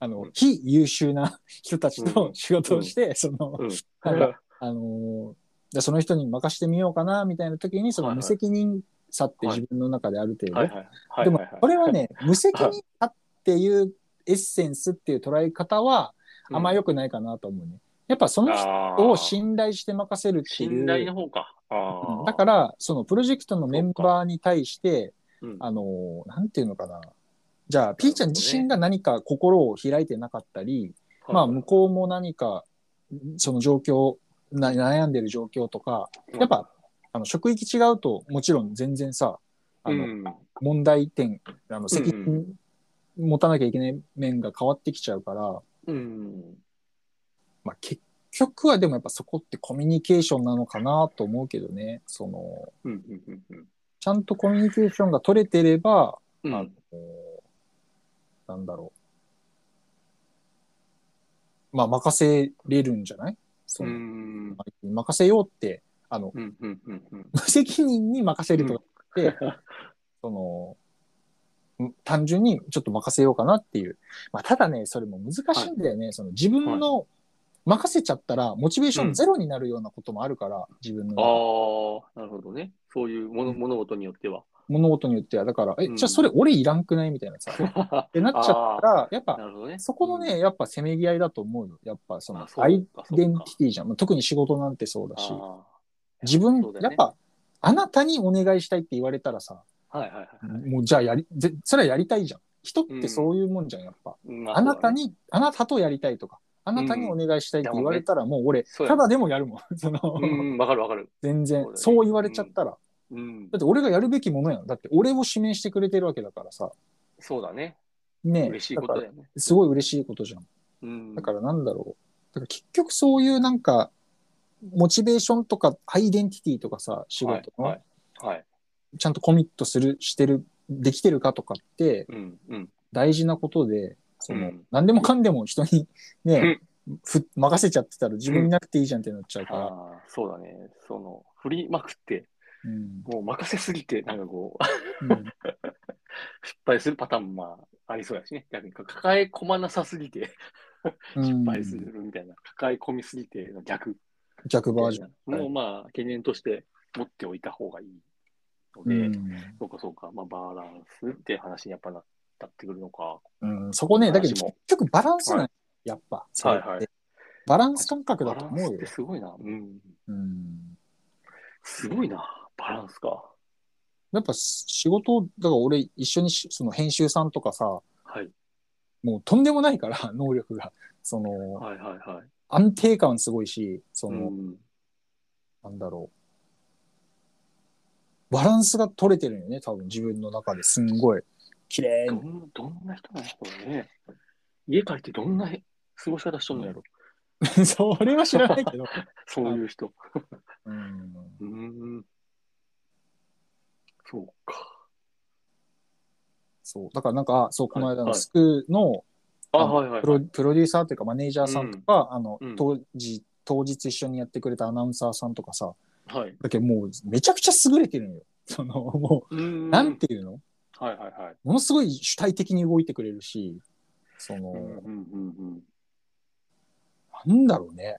B: あ
A: う
B: の
A: ん、
B: 非優秀な人たち
A: う
B: と
A: ん
B: 仕事をして、その、
A: うん
B: なんかあのーじゃあその人に任してみようかな、みたいな時に、そ
A: は
B: の
A: いはい
B: 無責任さって
A: はい
B: 自分の中である程 度、
A: はいはいはい
B: でも
A: はいはい、
B: これはね、無責任だっていうエッセンスっていう捉え方は、
A: うん
B: あんま良くないかなと思うね。やっぱその人を信頼して任せるっていう。
A: 信頼の方か。あ
B: うん
A: あ。
B: だから、そのプロジェクトのメンバーに対して、
A: うん、
B: あの、なんていうのかな。じゃあ、ピーちゃん自身が何か心を開いてなかったり、まあ、向こうも何か、その状況、な悩んでる状況とか、やっぱ、あの、職域違うと、もちろん全然さ、あ
A: う
B: の、
A: ん、
B: 問題点、あの、責
A: うんう
B: 任持たなきゃいけない面が変わってきちゃうから、
A: うん。
B: まあ、結局はでもやっぱそこってコミュニケーションなのかなと思うけどね、その、
A: うん。うん。うん。うん。
B: ちゃんとコミュニケーションが取れてれば、
A: うん。
B: あのなんだろう。まあ、任せれるんじゃないその
A: うん。
B: 任せようって、あの、
A: うん。うん。うん。うん。
B: 無責任に任せるとかって、 その、ん単純にちょっと任せようかなっていう。まあ、ただね、それも難しいんだよね。その自分の、任せちゃったら、モチベーションゼロになるようなこともあるから、自分
A: ああ
B: の、
A: なるほどね。そういうもの、
B: うん
A: 物事によっては。
B: 物事によっては。だから、え、
A: うん
B: じゃあそれ俺いらんくないみた いなさ。っ
A: な
B: てなっちゃったら、やっぱ、
A: るほどね。
B: そこのね、やっぱせめぎ合いだと思うよ。やっぱその
A: あそうか
B: アイデンティティじゃん。まあ特に仕事なんてそうだ
A: うん、
B: し、
A: あ
B: 自分、
A: そうだよね
B: やっぱ、あなたにお願いしたいって言われたらさ、
A: あ。はいはいはい。
B: もうじゃあやり、ぜそれはやりたいじゃん。人ってそういうもんじゃん、やっぱ。
A: うん
B: あなた、に、あなたとやりたいとか、あなたにお願いしたいって言われたら、もう俺、
A: そうや
B: ただでもやるもん。 その、
A: そうだねうん。うんわかるわかる。
B: 全
A: そう
B: 然
A: だ、ね
B: そう言われちゃったら。
A: うん
B: だ。って俺がやるべきものやん。だって俺を指名してくれてるわけだからさ。
A: そうだね。
B: ねえ
A: 嬉しいこと
B: だ
A: だ
B: から
A: よね。
B: すごい嬉しいことじゃん。
A: うん。
B: だからなんだろう。だから結局そういうなんか、モチベーションとかアイデンティティとかさ、仕
A: はい
B: 事
A: は
B: の
A: い。はい。
B: ちゃんとコミットする、してる、できてるかとかって
A: うん。うん。
B: 大事なことで、その、
A: うん
B: 何でもかんでも 人にね、ふ任せちゃってたら自分になくていいじゃんってなっちゃうから、
A: ああ、そうだね。その、振りまくって、
B: うん。
A: もう任せすぎて、なんかこう、
B: うん
A: 失敗するパターンもまあありそうやしね。逆に抱え込まなさすぎて 失敗するみたいな、抱え込みすぎての逆みた
B: 逆
A: いな
B: バージョン。
A: もうまあ懸念として持っておいた方がいいの
B: う
A: で、
B: ん
A: そうかそうか、まあ、バランスっていう話にやっぱななってくるのか。
B: うん、そこね、だけど
A: 話
B: 結
A: も
B: 局バランスなんや、
A: は
B: やっぱ。それって
A: はいはい
B: バランス感覚
A: バ
B: だ
A: ラ
B: と
A: ン
B: 思
A: ス
B: う
A: って
B: よ。
A: すごいな。うん。
B: うん、
A: すごいな。バランスか。は
B: やっぱ仕事、だから俺一緒にしその編集さんとかさ、
A: い。
B: もうとんでもないから、 能力が。その、
A: はいはいはい。
B: 安定感すごいし、そうの、
A: ん。
B: なんだろう。バランスが取れてるよね、多分自分の中ですんごい。綺麗
A: ど
B: に。
A: んどんな人なんやろうね。家帰ってどんな過ごし方しとんのやろ。
B: それは知らない けど。
A: そういう人。
B: うん、
A: うーん。そうか。
B: そう。だからなんか、そう、この間
A: はいは
B: の
A: い
B: スクの
A: あ、
B: あの
A: はいはい、
B: プロ
A: はい。
B: プロデューサーというかマネージャーさんとか、あの
A: うん、
B: 当時、当日一緒にやってくれたアナウンサーさんとかさ、
A: はい。
B: だけどもうめちゃくちゃ優れてるのよ。その、も
A: うーん
B: う、なん。ていうの
A: はいはいはい。
B: ものすごい主体的に動いてくれるし、その、
A: うんうんうんうん。
B: なんだろうね。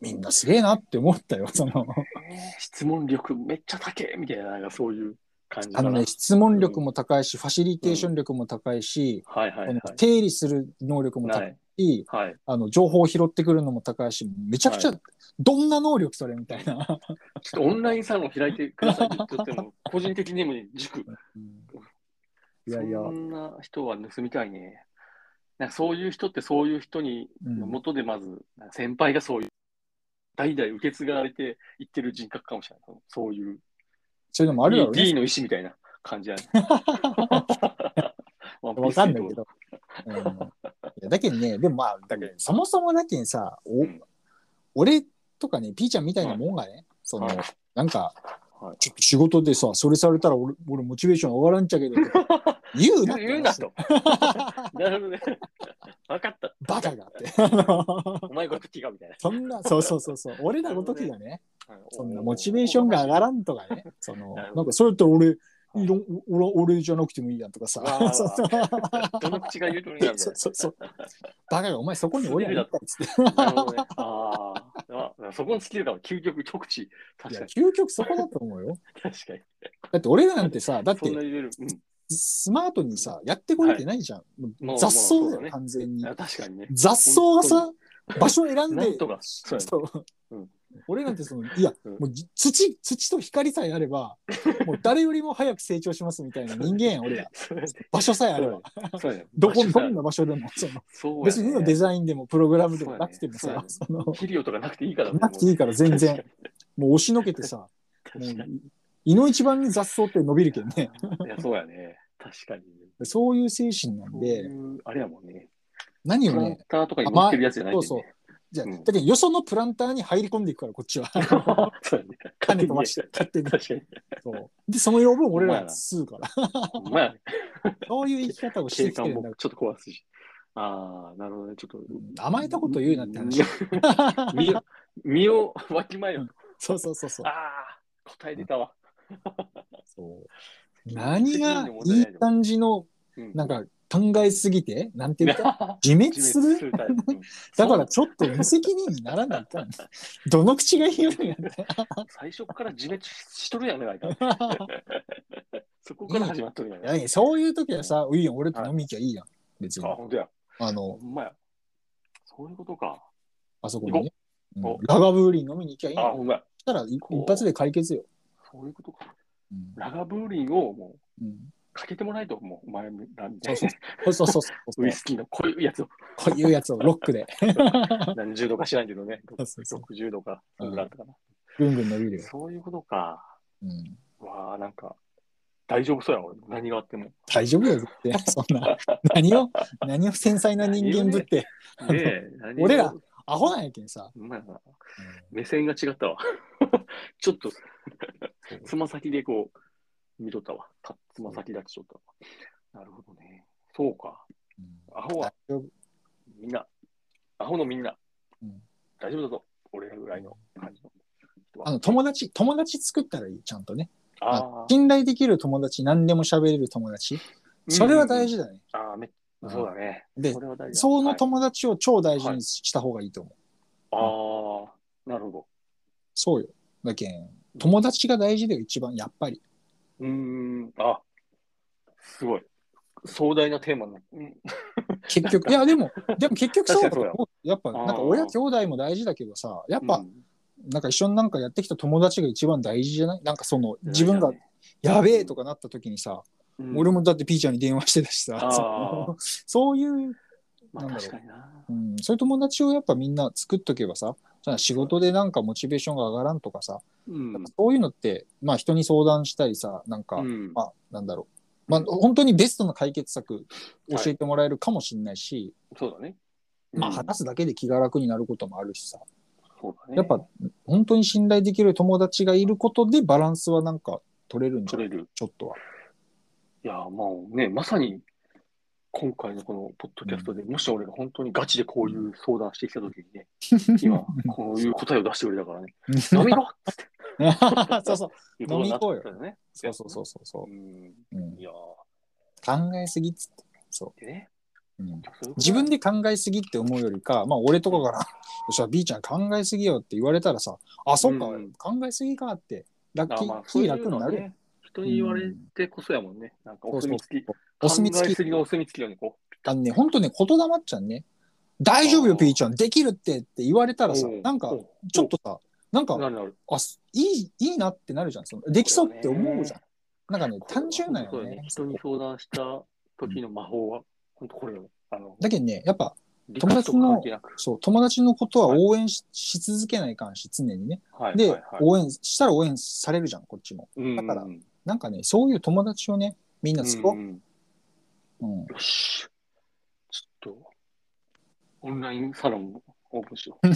B: みんなすげえなって思ったよ。その、
A: えー質問力めっちゃ高えみたいな、なんかそういう感じ
B: あ
A: かな。
B: の
A: はい
B: ね、質問力も高いし、ファシリテーション力も高いし、
A: はいはい。
B: この定理する能力も
A: な
B: 高
A: い。
B: い、
A: はい。
B: あの、情報を拾ってくるのも高いし、めちゃくちゃ、
A: は
B: どんな能力それみたいな。
A: ちょっとオンラインサロン開いてくださいって言っとって も、個人的にも塾。
B: いやいや、
A: そんな人は盗みたいね。なんかそういう人ってそういう人に、
B: うん
A: のもとでまず、なんか先輩がそういう、代々受け継がれていってる人格かもしれない。そういう、
B: そういうのもあるだろう
A: D, の
B: ね。
A: 意思みたいな感じ やね。
B: わかんないけど。うんいやだけどね、でもまあ、だけどそもそもだけどさ、お
A: ん
B: 俺とかね、ピーちゃんみたいなもんがね、その
A: はい、
B: なんか
A: はい、
B: ちょっと仕事でさ、それされたら俺、俺モチベーション上がらんちゃけど、 とか言うなって
A: 言うな と。なるほどね。分かった。
B: バカがって。 あの
A: お前ごときがみたいな。
B: そんな、そうそうそうそう、俺らごときがね、そんなモチベーションが上がらんとかね、その、
A: なるほど
B: なんかそれって俺、いろん俺俺じゃなくてもいいやんとかさ
A: わあわあ、わあ
B: そうそう
A: どの口が言うとりなんだ
B: そう
A: よ。
B: そうそう。バカがお前そこに俺らいたっつ って。
A: なるほどね。 あーあ、そこのスキルが究極極致。
B: い
A: 確
B: や
A: かに、
B: 究極そこだと思うよ。
A: 確かに。
B: だって俺らなんてさ、だっ
A: そんな
B: て
A: レベル。うん
B: スマートにさ、やってこれてないじゃん。もう雑草
A: もうもうそ
B: だ
A: う
B: よ、
A: だね
B: 完全に
A: い。や確かにね。
B: 雑草がさ
A: 本、
B: 場所を選ん
A: な
B: で
A: ん、とか、そうやね
B: そう
A: うん
B: 俺なんてその、いや、
A: うん
B: もうじ土、土と光さえあれば、もう誰よりも早く成長しますみたいな人間やん、俺ら。
A: そうやね
B: 場所さえあれば。
A: そうやね
B: どこ、
A: 場所
B: ど
A: さ
B: んな場所でも。その
A: そうやね
B: 別にのデザインでもプログラムでもなくても
A: そうや
B: さ
A: ね、
B: その、
A: 肥料とかなくていいからね。
B: なくていいから全然
A: 確
B: もう押しのけてさ、
A: か
B: もう
A: に。確か、
B: 胃の一番に雑草って伸びるけんね。
A: に。いや、そうやね。確かに。
B: そういう精神な
A: そ
B: ん
A: う
B: で、
A: いう、あれやもんね。
B: 何
A: プ
B: を
A: ラン
B: ね、
A: ターとかに持ってるやつじゃないんだよね
B: じゃあ、
A: うん
B: だけどよそのプランターに入り込んでいくから、こっちは。
A: そうやね。
B: 種飛ばして、勝手に。
A: 確かに。
B: そうで、その要分俺らが吸うから。
A: ほんまやね、
B: そういう生き方をして
A: 計
B: きて
A: 算
B: るん
A: も
B: だか
A: ちょっと壊すし。ああ、なるほどね。ちょっと。
B: ら。甘えたこと言うなって話。
A: 身を、身をわきまえよ。
B: そうそうそうそう
A: あ。あ、答え出たわ。
B: そう何がいい感じの、
A: うん
B: なんか考えすぎて、なんていうか、自滅
A: 自
B: す
A: 滅
B: る
A: する タイプ。うん
B: だからちょっと無責任にならないかん。どの口が言うのやね。
A: そう最初から自滅しとるやないか。 そこから始まっとるや
B: いや
A: ない
B: い
A: か。
B: やそういう時はさ、いいやん、俺と飲み行きゃいいやん。別
A: あ、
B: に。
A: ほんとや。
B: あ
A: ほ
B: の、
A: んまや。そういうことか。
B: あそこにね。うん
A: お
B: ラガブーリン飲みに行きゃいい
A: あ、
B: の
A: ほんまや。
B: したらい
A: こう
B: 一発で解決よ。
A: そういうことか。
B: うん
A: ラガブーリンをもう
B: うん
A: かけてもらえと、もうお前らみた
B: そ
A: いうな
B: そうそうそうそうそう
A: ウイスキーの濃い やつを
B: こういうやつをロックで。
A: 何十度か知らんけどね、
B: そうそうそう
A: 60度か、そ
B: うん
A: んぐらいあったかな。
B: ぐんぐん伸びるよ。
A: そういうことか。
B: うん
A: わあ、なんか、大丈夫そうや、俺。何があっても。
B: 大丈夫だよ、絶 対。そんな。何を、何を繊細な人間ぶって。
A: で、何を
B: 俺ら。アホなんやけんさ。
A: ほんまやな目線が違ったわ。 ちょっと、つま先でこう、見とったわ。たつま先立ちしとったわ。なるほどね。そうか。
B: うん
A: アホは
B: 大丈夫
A: みんな、アホのみんな、
B: うん
A: 大丈夫だぞ。俺らぐらいの感じの人は。
B: あの友達、友達作ったらいい、ちゃんとね。
A: ああ。
B: 信頼できる友達、何でも喋れる友達。それは大事だね。
A: うんうんうん。ああ、めっそうだね。
B: で
A: そ、れは大事だ
B: その
A: はい
B: 友達を超大事にした方がいいと思う。
A: ああ、なるほど。
B: そうよ。だけん、友達が大事だよ、一番、やっぱり。
A: うーん、あ、すごい。壮大なテーマになうん
B: 結局、いや、でも、でも結局そうだと
A: 確か
B: 思う。やっぱ、
A: あー
B: なんか親兄弟も大事だけどさ、やっ
A: う
B: ぱ、
A: ん
B: なんか一緒になんかやってきた友達が一番大事じゃないなんかその、自分が
A: 大事だね、
B: やべえとかなった時にさ、
A: うん
B: 俺もだってピーちゃんに電話してたしさ
A: あ、ー
B: そのそういう、
A: まあ
B: なんだろう
A: 確かにな。
B: うん、そういう友達をやっぱみんな作っとけばさ、じゃあ仕事でなんかモチベーションが上がらんとかさ、
A: うん。
B: そういうのって、まあ人に相談したりさ、なんか、
A: うん
B: まあなんだろう。まあ本当にベストな解決策教えてもらえるかもしれないし、
A: そうだね。
B: まあ
A: うん
B: 話すだけで気が楽になることもあるしさ、
A: そうだね。
B: やっぱ本当に信頼できる友達がいることでバランスはなんか取れるんじゃな
A: 取
B: い
A: れる。
B: ちょっとは。
A: いや、もうね、まさに今回のこのポッドキャストで、もし俺が本当にガチでこういう相談してきたときに ね、今、こういう答えを出してくれたからね、飲みろって
B: そうそう。
A: いうことになったよね。
B: そうそうそうそうそうう、
A: ん。
B: うん
A: い。やー
B: 考えすぎっつって。そ
A: でね、
B: う。うん
A: そういうこと
B: 自分で考えすぎって思うよりか、まあ俺とかから、よっしゃ、B ちゃん考えすぎよって言われたらさ、あ、そっか、
A: うん
B: 考えすぎかって、ラッ
A: あ
B: キ
A: まあ
B: ー、
A: そうい
B: 気
A: う
B: 楽
A: の
B: にな
A: は
B: るやん。
A: ね、人に言われてこそやもんね。なんかお墨付き。
B: お墨
A: 考え
B: 付
A: すぎ
B: き。
A: のお墨付きようにこう。
B: あのね、ほんとね、言霊っちゃんね、大丈夫
A: あ
B: よ、
A: ー
B: P ちゃん、できるってって言われたらさ
A: おう、
B: なんか
A: お、う
B: ちょっとさ、なんか、
A: なるなる。
B: あ、すいい、いいなってなるじゃん。そのできそうって思うじゃん。なんかね、単純なん
A: そう
B: よ
A: だ
B: ね。
A: 人に相談した時の魔法は、本当これよ。あの、
B: だけどね、やっぱ、
A: 理屈とか関係なく。
B: そう、友達のことは応援し,、続けないかんし、常にね。
A: はい
B: で、
A: はいはい
B: 応援したら応援されるじゃん、こっちも。
A: うん
B: だから
A: うん
B: なんかね、そういう友達をね、みんな作ろ
A: うんうん
B: う。うん
A: よし。ちょっと、オンラインサロンもオープンしよう。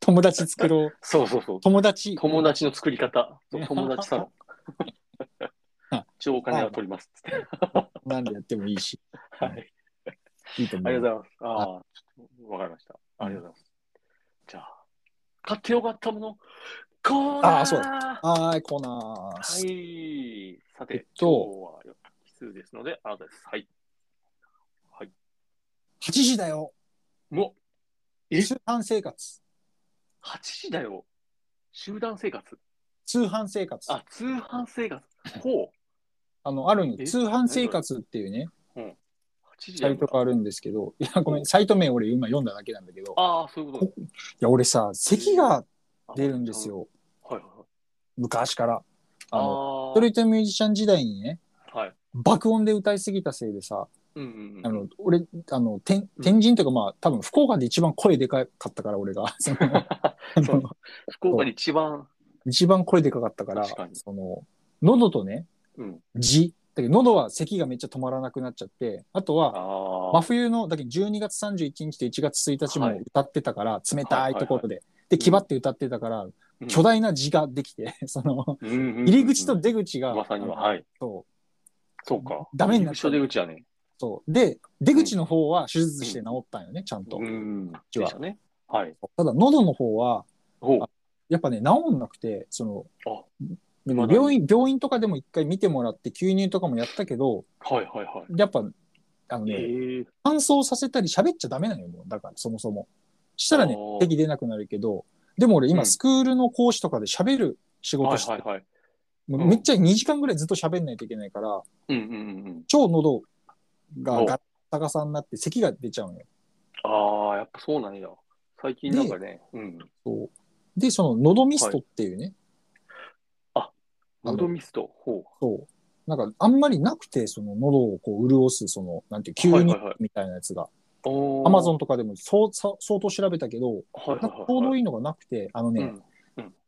B: 友達作ろう。
A: そうそうそう。
B: 友達。
A: 友達の作り方。そう友達サロン
B: あ。
A: 一応お金は取ります。つって
B: なんでやってもいいし、
A: はい。
B: いいと思
A: あり
B: う。
A: がとうございます。ああ、ちょっとわかりました。ありがとうございます。じゃあ、買ってよかったもの、コーナー
B: ああそうだ
A: は
B: はーい、コーナーす。
A: い。さて、
B: えっ
A: 今
B: と
A: 日は奇数ですので、あなたです。はい。
B: 8時だよ。
A: もえ
B: 通販生活。
A: う、8時だよ。集団生活。
B: 通販生活。あ
A: あ、通販生活。ほ
B: の、あるんよ
A: え
B: 通販生活っていうね、
A: う、8時だ
B: サ
A: よ
B: イ。トがあるんですけど、いや、ごめん、サイト名俺今読んだだけなんだけど、い
A: ああ、そういうことね
B: や、俺さ、咳が
A: あ
B: 出るんです。よ。
A: はいはいはい。昔
B: 昔から。
A: あ
B: あの、スト
A: ー
B: リートミュージシャン時代にね、
A: はい。
B: 爆音で歌いすぎたせいでさ、
A: うんうんうん。
B: あの、俺、あの、天天神というか、まあ、多分福岡で一番声でかかったから、俺が。そのあ
A: そう
B: の
A: 福岡に一番、
B: 一番声でかかったから、
A: 確かに
B: その、喉とね、
A: うん。
B: 字。だけど喉は咳がめっちゃ止まらなくなっちゃって、あと
A: あ
B: は、真
A: あ。
B: 冬の、だけど12月31日と1月1日
A: は
B: も
A: い
B: 歌ってたから、冷たいところで、で、
A: ん
B: 気張って歌ってたから、
A: うん
B: 巨大な字ができて、 その、
A: うんうんうんうん
B: 入り口と出口が、
A: まさには、
B: あの
A: はい。
B: そう、
A: そうか。
B: ダメになっ
A: 入り
B: ち
A: 口
B: ゃ
A: と出口は
B: う
A: ね。
B: そう。で、出口の方は手術して治ったんよね、ちゃんと。
A: うん。で
B: ちは
A: したね。はい。
B: ただ、喉の方は、
A: ほう。
B: やっぱね、治んなくて、その
A: あ、
B: でも
A: 未だに
B: 病院、病院とかでも一回見てもらって、吸入とかもやったけど、
A: はいはいは
B: やっぱ、あの
A: い。
B: ね、
A: ええ。
B: 乾燥させたり喋っちゃダメなのよ、もう。だから、そもそも。したらね
A: あー、
B: 咳出なくなるけど、でも俺今、
A: うん
B: スクールの講師とかで喋る仕
A: は
B: 事
A: い
B: して、
A: はいはい。
B: もう
A: うん
B: めっちゃ2時間ぐらいずっと喋んないといけないから、
A: うんうんうんうん。
B: 超喉
A: お
B: がガッタガサになって、咳が出ちゃうのよ。
A: ああ、やっぱそうなんや。最近なんかね、うん。
B: そうで、その、喉ミストっていうね、あの
A: 喉ミスト。ほ
B: そう。なんか、あんまりなくて、その、喉をこう、潤す、その、なんていう、吸
A: はい
B: 入
A: はいはい
B: みたいなやつが。
A: う。おー
B: アマゾン。とかでも、そう、さ相当調べたけ
A: は
B: ど、
A: い
B: な
A: は
B: ん
A: い
B: か
A: はい。
B: ちょうどいいのがなくて、あのね、
A: うん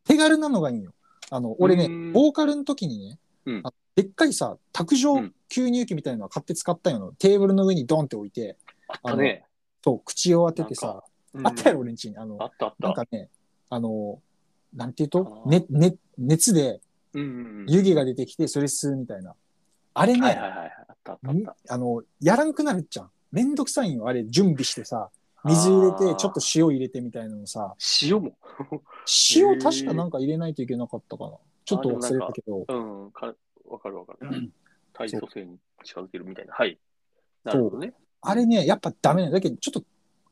B: 手軽なのがいいんよ。あの、俺ね
A: うーん、
B: ボーカルの時にね、
A: うん
B: あでっかいさ、卓上
A: うん
B: 吸入器みたいなの買って使ったよの。テーブルの上にドンって置いて、
A: あったね。
B: そう、口を当てて
A: なん
B: さ、
A: うん
B: あったやろ、。俺んちに。あの
A: あ、ったあった。
B: なんかね、あの、なんていうと、
A: あー
B: ね、ね、熱で
A: うんうんうん。
B: 湯気が出てきて、それ吸うみたいな。あれね、
A: はいはいはいはい。あったあったあっ
B: ん
A: た。
B: あの、やらんくなるじゃん。めんどくさいんよ、あれ、準備してさ。水入れ
A: あー
B: て、ちょっと塩入れてみたいなのさ。
A: 塩も。
B: 塩確かなんか入れないといけなかったかな。ちょっと忘れたけど、
A: うん、かわかるわかる。体組成に近づけるみたいな。はい。なるほどね。
B: あれね、やっぱダメね。だけど、ちょっと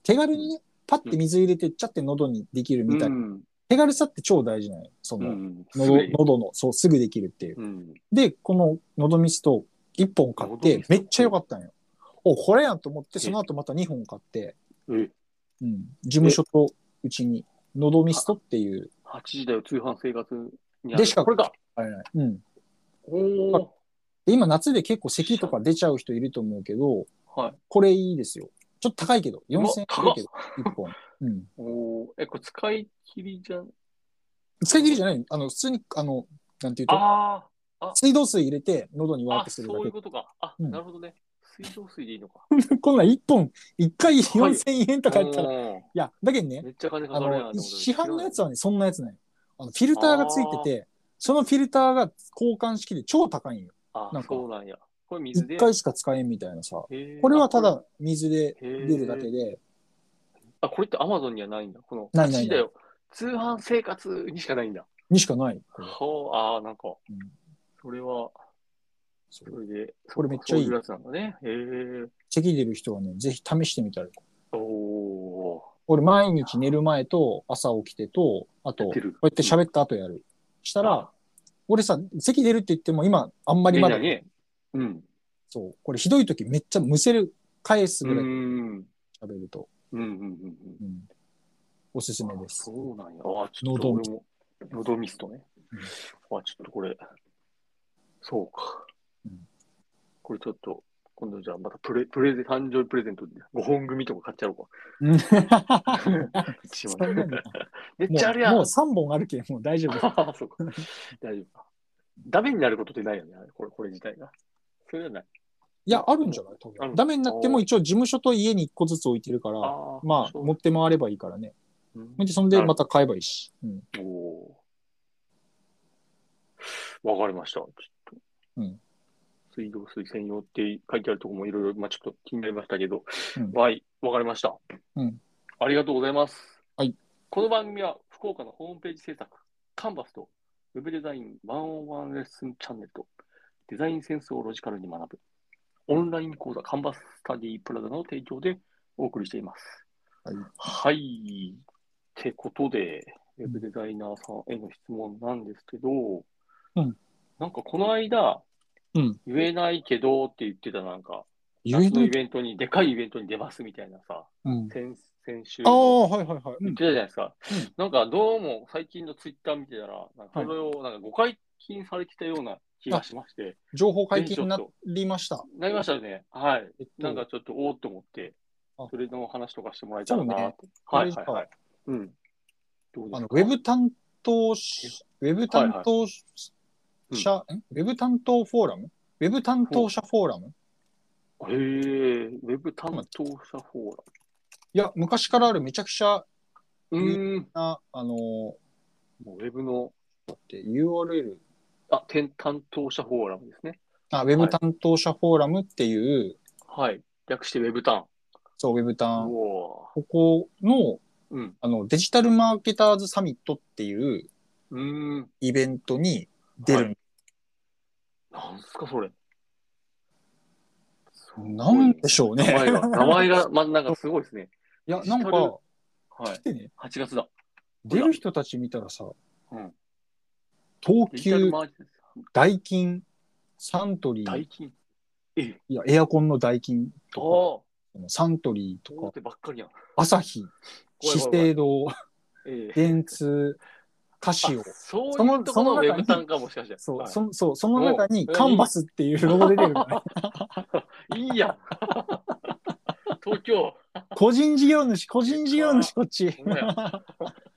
B: 手軽にね、パッて水入れて、ちゃって喉にできるみたいな。
A: うん。
B: 手軽さって超大事なのよ。そうの、
A: ん。
B: 喉
A: すごい
B: 喉の、そう、すぐできるっていう。
A: うん。
B: で、この喉ミスト1本買っ
A: 喉ミ
B: て
A: ス、ト
B: めっちゃ良かったんよ。お、これやんと思って、その後また2本買って、
A: え、
B: うん、事務所とうちに、喉ミストっていう、
A: 8時だよ、通販生活にある
B: でしか
A: これか。
B: はいはいうん。
A: おー。
B: で、今夏で結構咳とか出ちゃう人いると思うけど、
A: はい。
B: これいいですよ。ちょっと高いけど、4000円する
A: 高っ
B: けど、1本。うん。
A: おー。え、これ使い切りじゃん。
B: 使い切りじゃないあの、普通に、あの、なんていうと、
A: あ
B: 水道水入れて喉に
A: ー
B: ワー
A: あ、
B: プす
A: そ
B: るだけ
A: ういうことか。あ、
B: うん
A: なるほどね。水道水でいいの か。
B: こんなん1本、1回4000円とかやったら、い、
A: おー
B: や、だけどね、
A: めっちゃ金
B: あ
A: かかるやん
B: の、
A: ってことで。
B: 市販のやつはね、そんなやつない。あの、フィルターがついてて、そのフィルターが交換式で超高いんよ。
A: あ
B: なん、か
A: そうなんや。これ水で。
B: 1回しか使えんみたいなさ。
A: へー
B: これはた。
A: あ
B: だ水で
A: れ
B: 出るだけで、
A: あ、これってアマゾンにはないんだ。この、
B: ないないな
A: 8だ
B: い
A: よ。通販生活にしかないんだ。
B: にしかない。これ
A: はあ、あーなんか
B: うん、
A: それは、
B: そ
A: そうれで、
B: これめっちゃいい
A: そういうやつなんだね。へえ。
B: 咳出る人はね、ぜひ試してみたら。
A: おお
B: 俺、毎日寝る前と朝起きてと、あと、
A: や
B: こ
A: ってる
B: うやって喋った後やる。した
A: う
B: ら、俺さ、咳出るって言っても今、あんま
A: ー。
B: り
A: いい
B: ま
A: な
B: だ、
A: ね。うん。
B: そう、これひどい時めっちゃむせる、返す
A: う
B: ぐらい
A: ん。
B: 喋ると、
A: うんうんうんうん。
B: うんおすすめです
A: そ。うなんや。あ、ちょっと俺も、喉ミストね。あ、ちょっとこれ、そうか
B: うん。
A: これちょっと、今度じゃあまたプレ、プレゼ、誕生日プレゼントで5本組とか買っちゃおうか。一
B: そんな
A: 枚
B: のも
A: めっちゃある
B: う
A: やん
B: もう。3本あるけん、もう大丈夫。
A: ああ、 そうか。大丈夫か。ダメになることってないよね、これ、これ自体が。それはない。
B: いや、あるんじゃない多
A: ある
B: 分ダメになっても一応事務所と家に1個ずつ置いてるから、
A: あー
B: まあ、
A: そう
B: 持って回ればいいから
A: う
B: ね。
A: ん
B: で、そんでまた買えばいいし。うん。
A: おーわかりました。ちょっと。
B: うん
A: 水道水専用って書いてあるところもいろいろ、まあ、ちょっと気になりましたけど、
B: うん
A: はい、わかりました、
B: うん
A: ありがとうございます。
B: はい。
A: この番組は、福岡のホームページ制作、カンバスと、ウェブデザイン101レッスンチャンネルと、デザインセンスをロジカルに学ぶ、オンライン講座、カンバススタディプラザの提供でお送りしています。
B: はい
A: はい。ってことで、ウェブデザイナーさんへの質問なんですけど、
B: うん
A: なんかこの間、
B: うん
A: 言えないけどって言ってた、なんか、
B: 言え
A: 夏
B: な
A: のイ
B: い。
A: ベントに、でかいイベントに出ますみたいなさ、
B: うん。
A: 先先週
B: あ
A: の
B: あ、はいはいはい。う
A: 言
B: ん
A: ってたじゃないですか。
B: うん
A: なんかどうも最近のツイッター見てたら、なんかそれをなんか誤解禁されてたような気がしまして、
B: 情報解
A: ちょっ
B: 禁にな
A: と
B: りました。
A: なりましたよね。はい。
B: えっと
A: なんかちょっとおおっと思って
B: あ、
A: それの話とかしてもらえたらな
B: そう
A: と。
B: ね
A: は
B: あ
A: い
B: れ
A: は
B: か
A: いはい。うん。どうで
B: あ
A: す
B: の
A: か
B: ウェブ担当し、ウェブ担当者、んウェブ担当フォーラムウェブ担当者フォーラム
A: へえ、ウェブ担当者フォーラ
B: いや、昔からあるめちゃくちゃ
A: ム。うーん。
B: な、あのー、
A: もうウェブの、
B: 待って URL、
A: あ、点担当者フォーラムですね。
B: あ、ウェブ担当者フォーラムっていう、
A: はい。略してウェブタ
B: そう、ウェブタ
A: ン。
B: ン、
A: お
B: ここの
A: ーうん。
B: あのデジタルマーケターズサミットっていう
A: うーん。
B: イベントに出る。
A: はいなんすか、それ。すごい
B: なんでしょうね。
A: 名前が、名
B: い
A: 前 が、ま、なんかすごいですね。
B: や、なん
A: デジタル
B: か、
A: はい
B: 来。てね、
A: 8月だ。
B: 出る人たち見たらさ、
A: うん。
B: 東
A: デジタル
B: 急、
A: マーケット
B: ダイキン、サントリー、
A: 大金。え、
B: いや、エアコンのダイキン
A: ああ、
B: と
A: 大
B: か、サントリーとか、
A: 手ばっかりやん。
B: アサヒ、
A: 怖い怖
B: 資
A: い怖い
B: 生堂、
A: ええ。
B: 電通、カシオ
A: あ。そう
B: そ
A: いう
B: の
A: とこの
B: その
A: ウ
B: 中に
A: ェブタンかもしかして。
B: そう、
A: はい
B: そのそうその中にカンバスっていうロゴ出てるから、ね、
A: いいやん。 東京。
B: 個人事業主、個人事業主、こっち。
A: ほんまや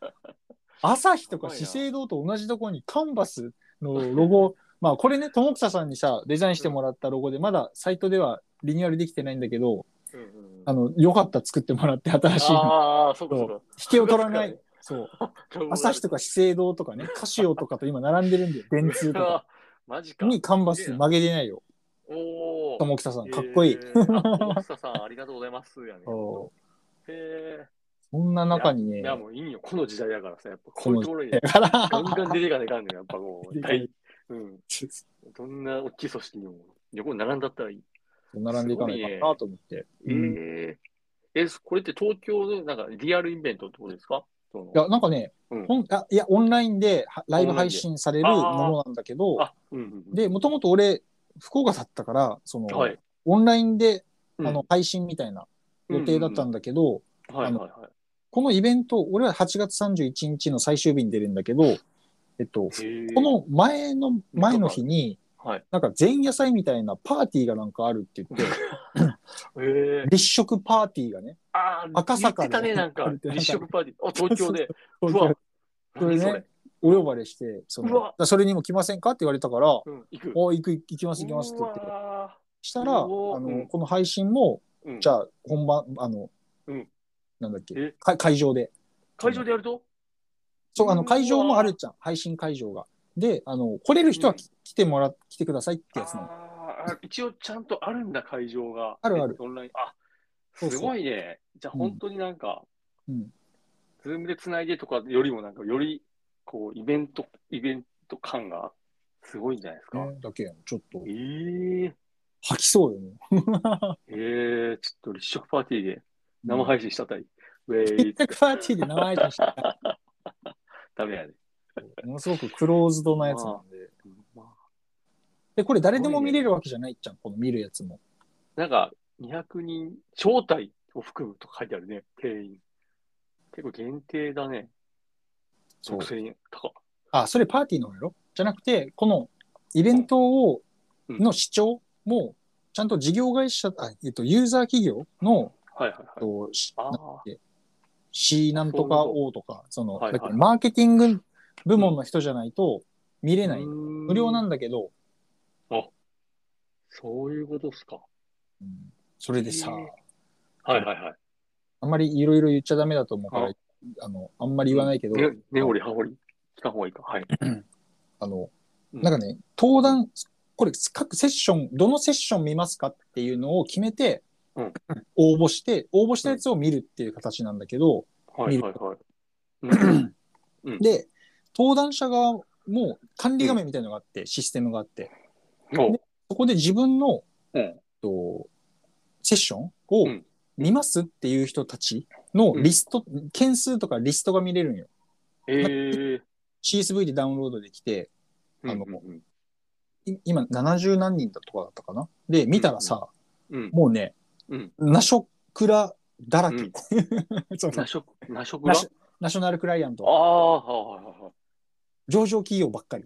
B: 朝日とか
A: すごいな
B: 資生堂と同じところにカンバスのロゴ、 まあこれね、友草さんにさ、デザインしてもらったロゴで、まだサイトではリニューアルできてないんだけど、
A: うんうんうん
B: あの、よかったら作ってもらって、新しいの。
A: ああ、そうかそうか。
B: 引けを取らない。そう。朝日と
A: か
B: か資生堂とかね、カシオとかと今並んでるんだよ、電 通とか。
A: マジか。
B: にカンバス曲げれないよ、
A: おお。
B: 友草さん。かっこいい。
A: えー。あ友草さん、ありがとうございます。やね。
B: そ
A: へえ。
B: そんな中にね
A: い、や、もういいよ。この時代だからさ、やっぱこ
B: こ
A: うい
B: の
A: う
B: 時
A: ところに
B: だ から、
A: ガンガン出ていかないかんねん、やっぱもう。
B: 出てかない
A: 大うん。どんな大きい組織にも横に並んだったらいい。
B: 並んでいかないかなと思って。
A: え
B: うん
A: ーえ、これって東京のなんかリアルイベントってことですかその
B: いや、なんかね、
A: うん
B: ほんあいや、オンラインではライブ配信される
A: オン
B: も
A: ラインであー
B: のなんだけど、
A: あ、うんうんうん。
B: で、もともと俺、福岡だったから、その、
A: はい。
B: オンラインで、あ
A: うん
B: の、配信みたいな予定だったんだけど、
A: はいはいはい。
B: このイベント、俺は8月31日の最終日に出るんだけど、えっと、こ
A: こ、
B: の前の、前の日に、
A: はい。
B: なんか前夜祭みたいなパーティーがなんかあるって言って、
A: えー、
B: 立食パーティーがね、
A: あー
B: 赤坂
A: 言ってた
B: で
A: ね、 なんか
B: 言っ、てた
A: 立食パーティー。あ、東 京で。う
B: 東京
A: わ、
B: これね
A: 何それ。
B: お呼ばれして、その
A: うわ
B: だからそれにも来ませんかって言われたから、あ
A: うん、行く。
B: 行く、行きます行きますって言って。したら、あ
A: うおーう
B: の、
A: ん
B: この配信も、
A: うん、
B: じゃあ、本番、あの
A: うん、
B: なんだっけ
A: え、
B: か会場で。
A: 会場でやると
B: そう、あの、
A: うわー
B: 会場もあるじゃん、配信会場が。で、あの、来れる人はき来てもら、来てくださいってやつなの。
A: あーあ一応ちゃんとあるんだ、会場が。
B: あるある
A: えっとオンライン。あ、
B: そうそ
A: す
B: う
A: ごいね。じゃあ、
B: うん
A: 本当になんか、
B: うん
A: ズームでつないでとかよりも、なんか、より、こう、イベント、イベント感がすごいんじゃないですか。
B: ねだけやんちょっと
A: え、え
B: 吐きそうよね。
A: えーちょっと立食パーティーで生 配信したたり、ウェイ
B: 立、食パーティーで生配信したら、
A: ダメや ね。
B: ものすごくクローズドなやつなんで。
A: ま あ
B: で、これ誰でも見れるわけじゃないじゃん、この見るやつも。
A: なんか、200人、招待を含むと書いてあるね、定員。結構限定だね。
B: そう
A: 6000円高っ。
B: あ、それパーティーの方やろじゃなくて、このイベントを、
A: うん
B: の視聴も、ちゃんと事業会社、あえっと、ユーザー企業の、
A: はいはい
B: えっ
A: はい。
B: とし
A: ああ、
B: C なんとか O とか、その、
A: はいはい
B: だからマーケティング部門の人じゃないと見れない。無
A: 無
B: 料なん
A: だ。
B: だけど、
A: そういうことっすか。
B: うんそれでさ、
A: へえはいはいはい。
B: あんまりいろいろ言っちゃダメだと思うから
A: あ、
B: あの、あんまり言わないけど、
A: ね根掘り葉掘り。聞かん方がいいか。はい。
B: あの、
A: うん
B: なんかね、登壇、これ各セッション、どのセッション見ますかっていうのを決めて、
A: うん
B: 応募して、応募したやつを見るっていう形なんだけど、
A: はいはい はい。うんうん
B: で、登壇者側も管理画面みたいなのがあって、システムがあって、
A: お
B: ねそこで自分の、
A: うん
B: えっと、セッションを
A: うん
B: 見ますっていう人たちのリスト、件数とかリストが見れるんよ。
A: ええ。
B: CSV でダウンロードできて、あの
A: うんうん
B: い今70何人だとかだったかな。で、見たらさ、
A: うん。
B: もうね、
A: うん。
B: ナショクラだらけ。
A: う
B: その
A: なしょ、なしょ
B: ナショナショナルクライアン
A: あ
B: ト、
A: あ、はいはいはい。
B: 上場企業ばっかり。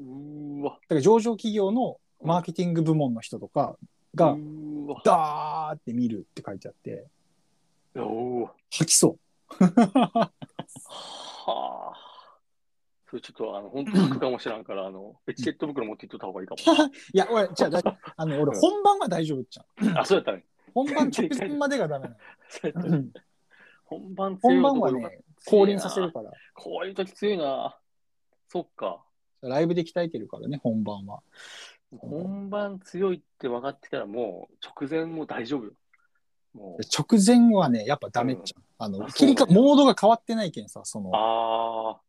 A: うーわ。
B: だから上場企業のマーケティング部門の人とかが
A: う、ーわ。
B: ダーって見るって書いてあって、
A: おー
B: 吐きそう。
A: はあ。それちょっと、あの、本当に行くかもしらんから、あの、チケット袋持って行っとった方がいいか
B: いや、俺、じゃあ、だあの、俺、
A: うん
B: 本番は大丈夫じゃん。
A: も。あ、そうやったね。
B: 本番直前までがダメな
A: そうやったね
B: の。
A: 本番強い
B: 本番は
A: 男よかっ
B: ね、降臨させるから。
A: た。こういう時強いな。そっか。
B: ライブで鍛えてるからね、本番は。
A: 本番強いって分かってたらもう直前も大丈夫よ。もう。
B: 直前はね、やっぱダメじゃん。あの、
A: あ
B: 切りか、
A: そうなんだ
B: モードが変わってないけんさ、その、は
A: ああ。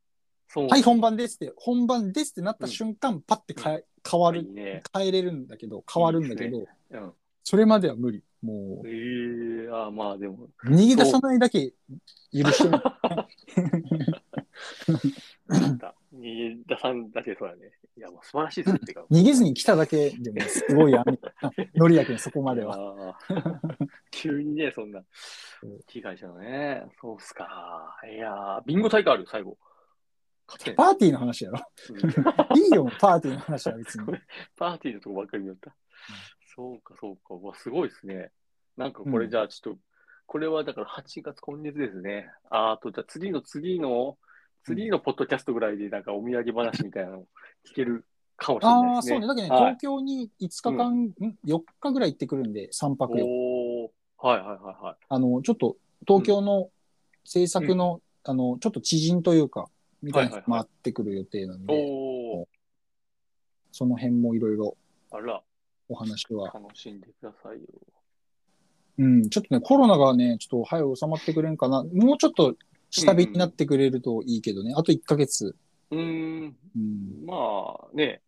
A: そう。
B: い、本番ですって、本番ですってなった瞬間、パッて変え変わ
A: いい
B: る、
A: ね。
B: 変えれるんだけど、変わるんだけど、
A: うん。
B: それまでは無理。も
A: ええああ、まあで も。
B: う、逃げ出さないだけ許してない。
A: なんか逃げ出さんだけそうやね。いや、もう素晴らしいですっていうか。
B: 逃げずに来ただけでも、すごいやん。 ノリやけん、そこまでは。
A: は。 急にね、そんな
B: うん。
A: 被害者のね。そうっすか。いやービンゴ大会ある、最後。勝てん
B: パーティーの話やろ。
A: うん
B: いいよ、パーティーの話は別に。
A: パーティーのとこばっかり見よった。そうか、そうか。うわ、すごいですね。なんかこ
B: う
A: れ
B: ん
A: じゃあちょっと、これはだから8月今月ですね。あーあと、じゃあ次の次の、次のポッドキャストぐらいでなんかお土産話みたいなの聞けるかもしれ
B: あ
A: ない
B: あ、
A: で
B: そ
A: す
B: うね。
A: ね。
B: だけどね、
A: はい
B: 東京に5日間、ん、4日ぐらい行ってくるんで、3泊4日。
A: おおーはいはいはいはい。
B: あの、ちょっと東京の制作の、あの、ちょっと知人というか、みたいな
A: はい
B: の
A: はいは
B: 回
A: い
B: ってくる予定なんで、
A: おお
B: その辺もいろいろ
A: あら、
B: お話は。
A: 楽しんでくださいよ。
B: うん、ちょっとね、コロナがね、ちょっと早く収まってくれんかな。もうちょっと下火になってくれるといいけどね。あと1ヶ月。
A: うーん、
B: うん。
A: まあね、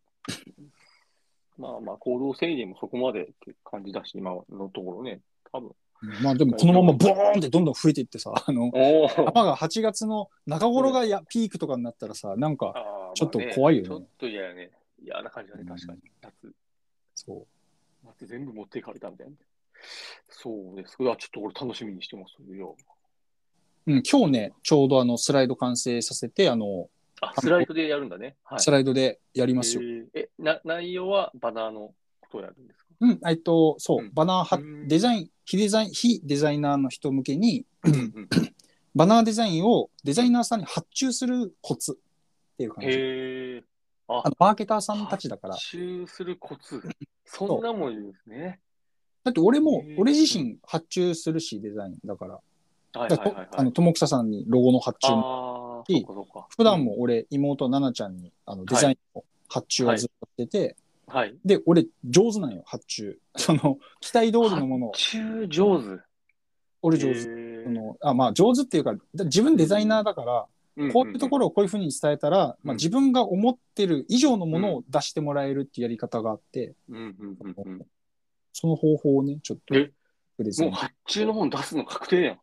A: まあまあ行動制限もそこまでって感じだし、今のところね、多分。
B: まあでもこのままボーンってどんどん増えていってさ、あの、
A: お
B: 山が8月の中頃がや、ピークとかになったらさ、なんか、ちょっと怖いよね
A: ちょっと嫌やね。嫌な感じだね、確かに。夏、
B: そう。
A: 夏全部持っていかれたみたいな。そうです。うわ、ちょっと俺楽しみにしてますよ。
B: うん、今日ね、ちょうどあの、スライド完成させて、あの、
A: あ、スライドでやるんだね。はい。
B: スライドでやりますよ。
A: えーえな、内容はバナーのことをやるんですか
B: うん、えっと、そうう、
A: ん
B: バナーは
A: うん、
B: デザイン、非デザイン、非デザイナーの人向けに、
A: うんうん
B: バナーデザインをデザイナーさんに発注するコツっていう感じ。
A: へえ。あ
B: あのマーケターさんたちだから。
A: 発注するコツ。そんなもんいるんですね。
B: だって俺も
A: へー、
B: 俺自身発注するし、デザインだから。
A: はいは
B: だから
A: い
B: と
A: はい
B: あ
A: は
B: の、
A: い。
B: 友草さんにロゴの発
A: あ
B: 注も
A: あー、そうかそうか。
B: 普段も俺、妹、奈々ちゃんにあのデザインの発注をずっとやってて、
A: うん。はい。
B: で、俺、上手なんよ、発注。その、期待通りのものを、
A: 発注上手。
B: 俺上手。そのあまあ、上手っていうか、だ自分デザイナーだから、こういうとこ
A: ろ。
B: ろをこういうふうに伝えたら、まあ、自分が思ってる以上のものを出してもらえるっていうやり方があって、
A: うんうんうんうん
B: その方法をね、ちょっと
A: え
B: プレゼ
A: もう
B: ン。
A: 発注の本出すの確定やん。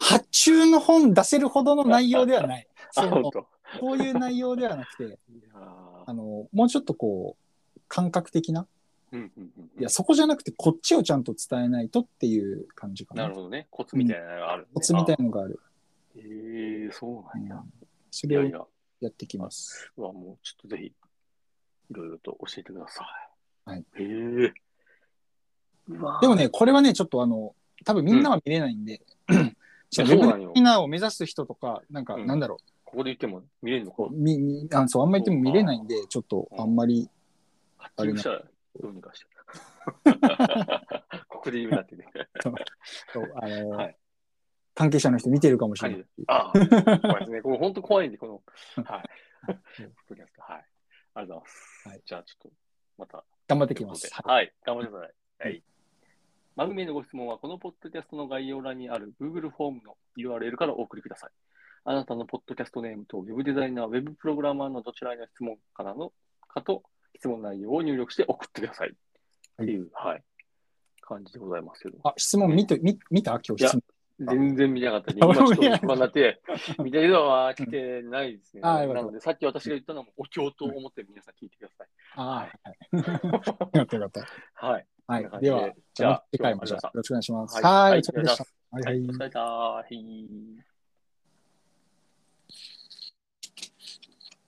B: 発注の本出せるほどの内容では ない。そ
A: あ、ほん
B: の
A: と。
B: こういう内容ではなく て、
A: いやー
B: あの、もうちょっとこう、感覚的な。
A: うんうんうんうん
B: いや、そこじゃなくて、こっちをちゃんと伝えないとっていう感じかな。
A: なるほどね。コツみたいなのがあるね。
B: コツみたいなのがある。
A: あー。ええ、そうなんや。
B: そ
A: い
B: れ
A: や
B: を
A: いや。
B: やってきます。
A: うわ、もうちょっとぜひ、いろいろと教えてください。
B: はい。
A: へえ。うわ
B: でも、ね、これはね、ちょっとあの、多分みんなは見れないんで、 ちょっと
A: い
B: ウ
A: やそう
B: ェブ
A: なんよ
B: デザイナーを目指す人とか、なんか、
A: うん
B: なんだろ
A: ここで言っても見れるの
B: う、
A: か。
B: みみあそうあんまり言っても見れないんで、ちょっとあんまり、
A: 発注したらどうにかして。 ここで言うなってね。
B: そうあの、
A: はい
B: 関係者の人見てるかもしれない。
A: ああ、怖いですね。これ本当怖いんで、この、はい。
B: う
A: ポ
B: ん
A: ッドキャストはい。ありがとうございます。
B: はい
A: じゃあ、ちょっと、また。
B: 頑張ってきます。はい
A: はい。頑張ってください。は。
B: はい
A: 番組へのご質問は、このポッドキャストの概要欄にある Google フォームの URL からお送りください。あなたのポッドキャストネームと、ウェブデザイナー、ウェブプログラマーのどちらへの質問からの、かと、質問内容を入力して送ってください。っていう、はい。感じでございますけど。
B: あ、質問見て、み見た今
A: い
B: 日
A: や
B: 質問。
A: 全然見なかったんで、
B: あ
A: 今ちょっと
B: 見なかった
A: 暇になって、見たけどは来てないですね。
B: うんあよかった
A: なので、さっき私が言ったのもお経と思って皆さん聞いてください。
B: ああ、はい。 よかったよかった。
A: はい。
B: は
A: こん
B: い
A: な感。じ
B: では、
A: じゃあ
B: また次回も
A: 今日
B: じゃ
A: は
B: あよろしくお願いします。
A: は
B: はいい、お疲れ様でした。はい、
A: お
B: はい
A: 疲。れ様。はい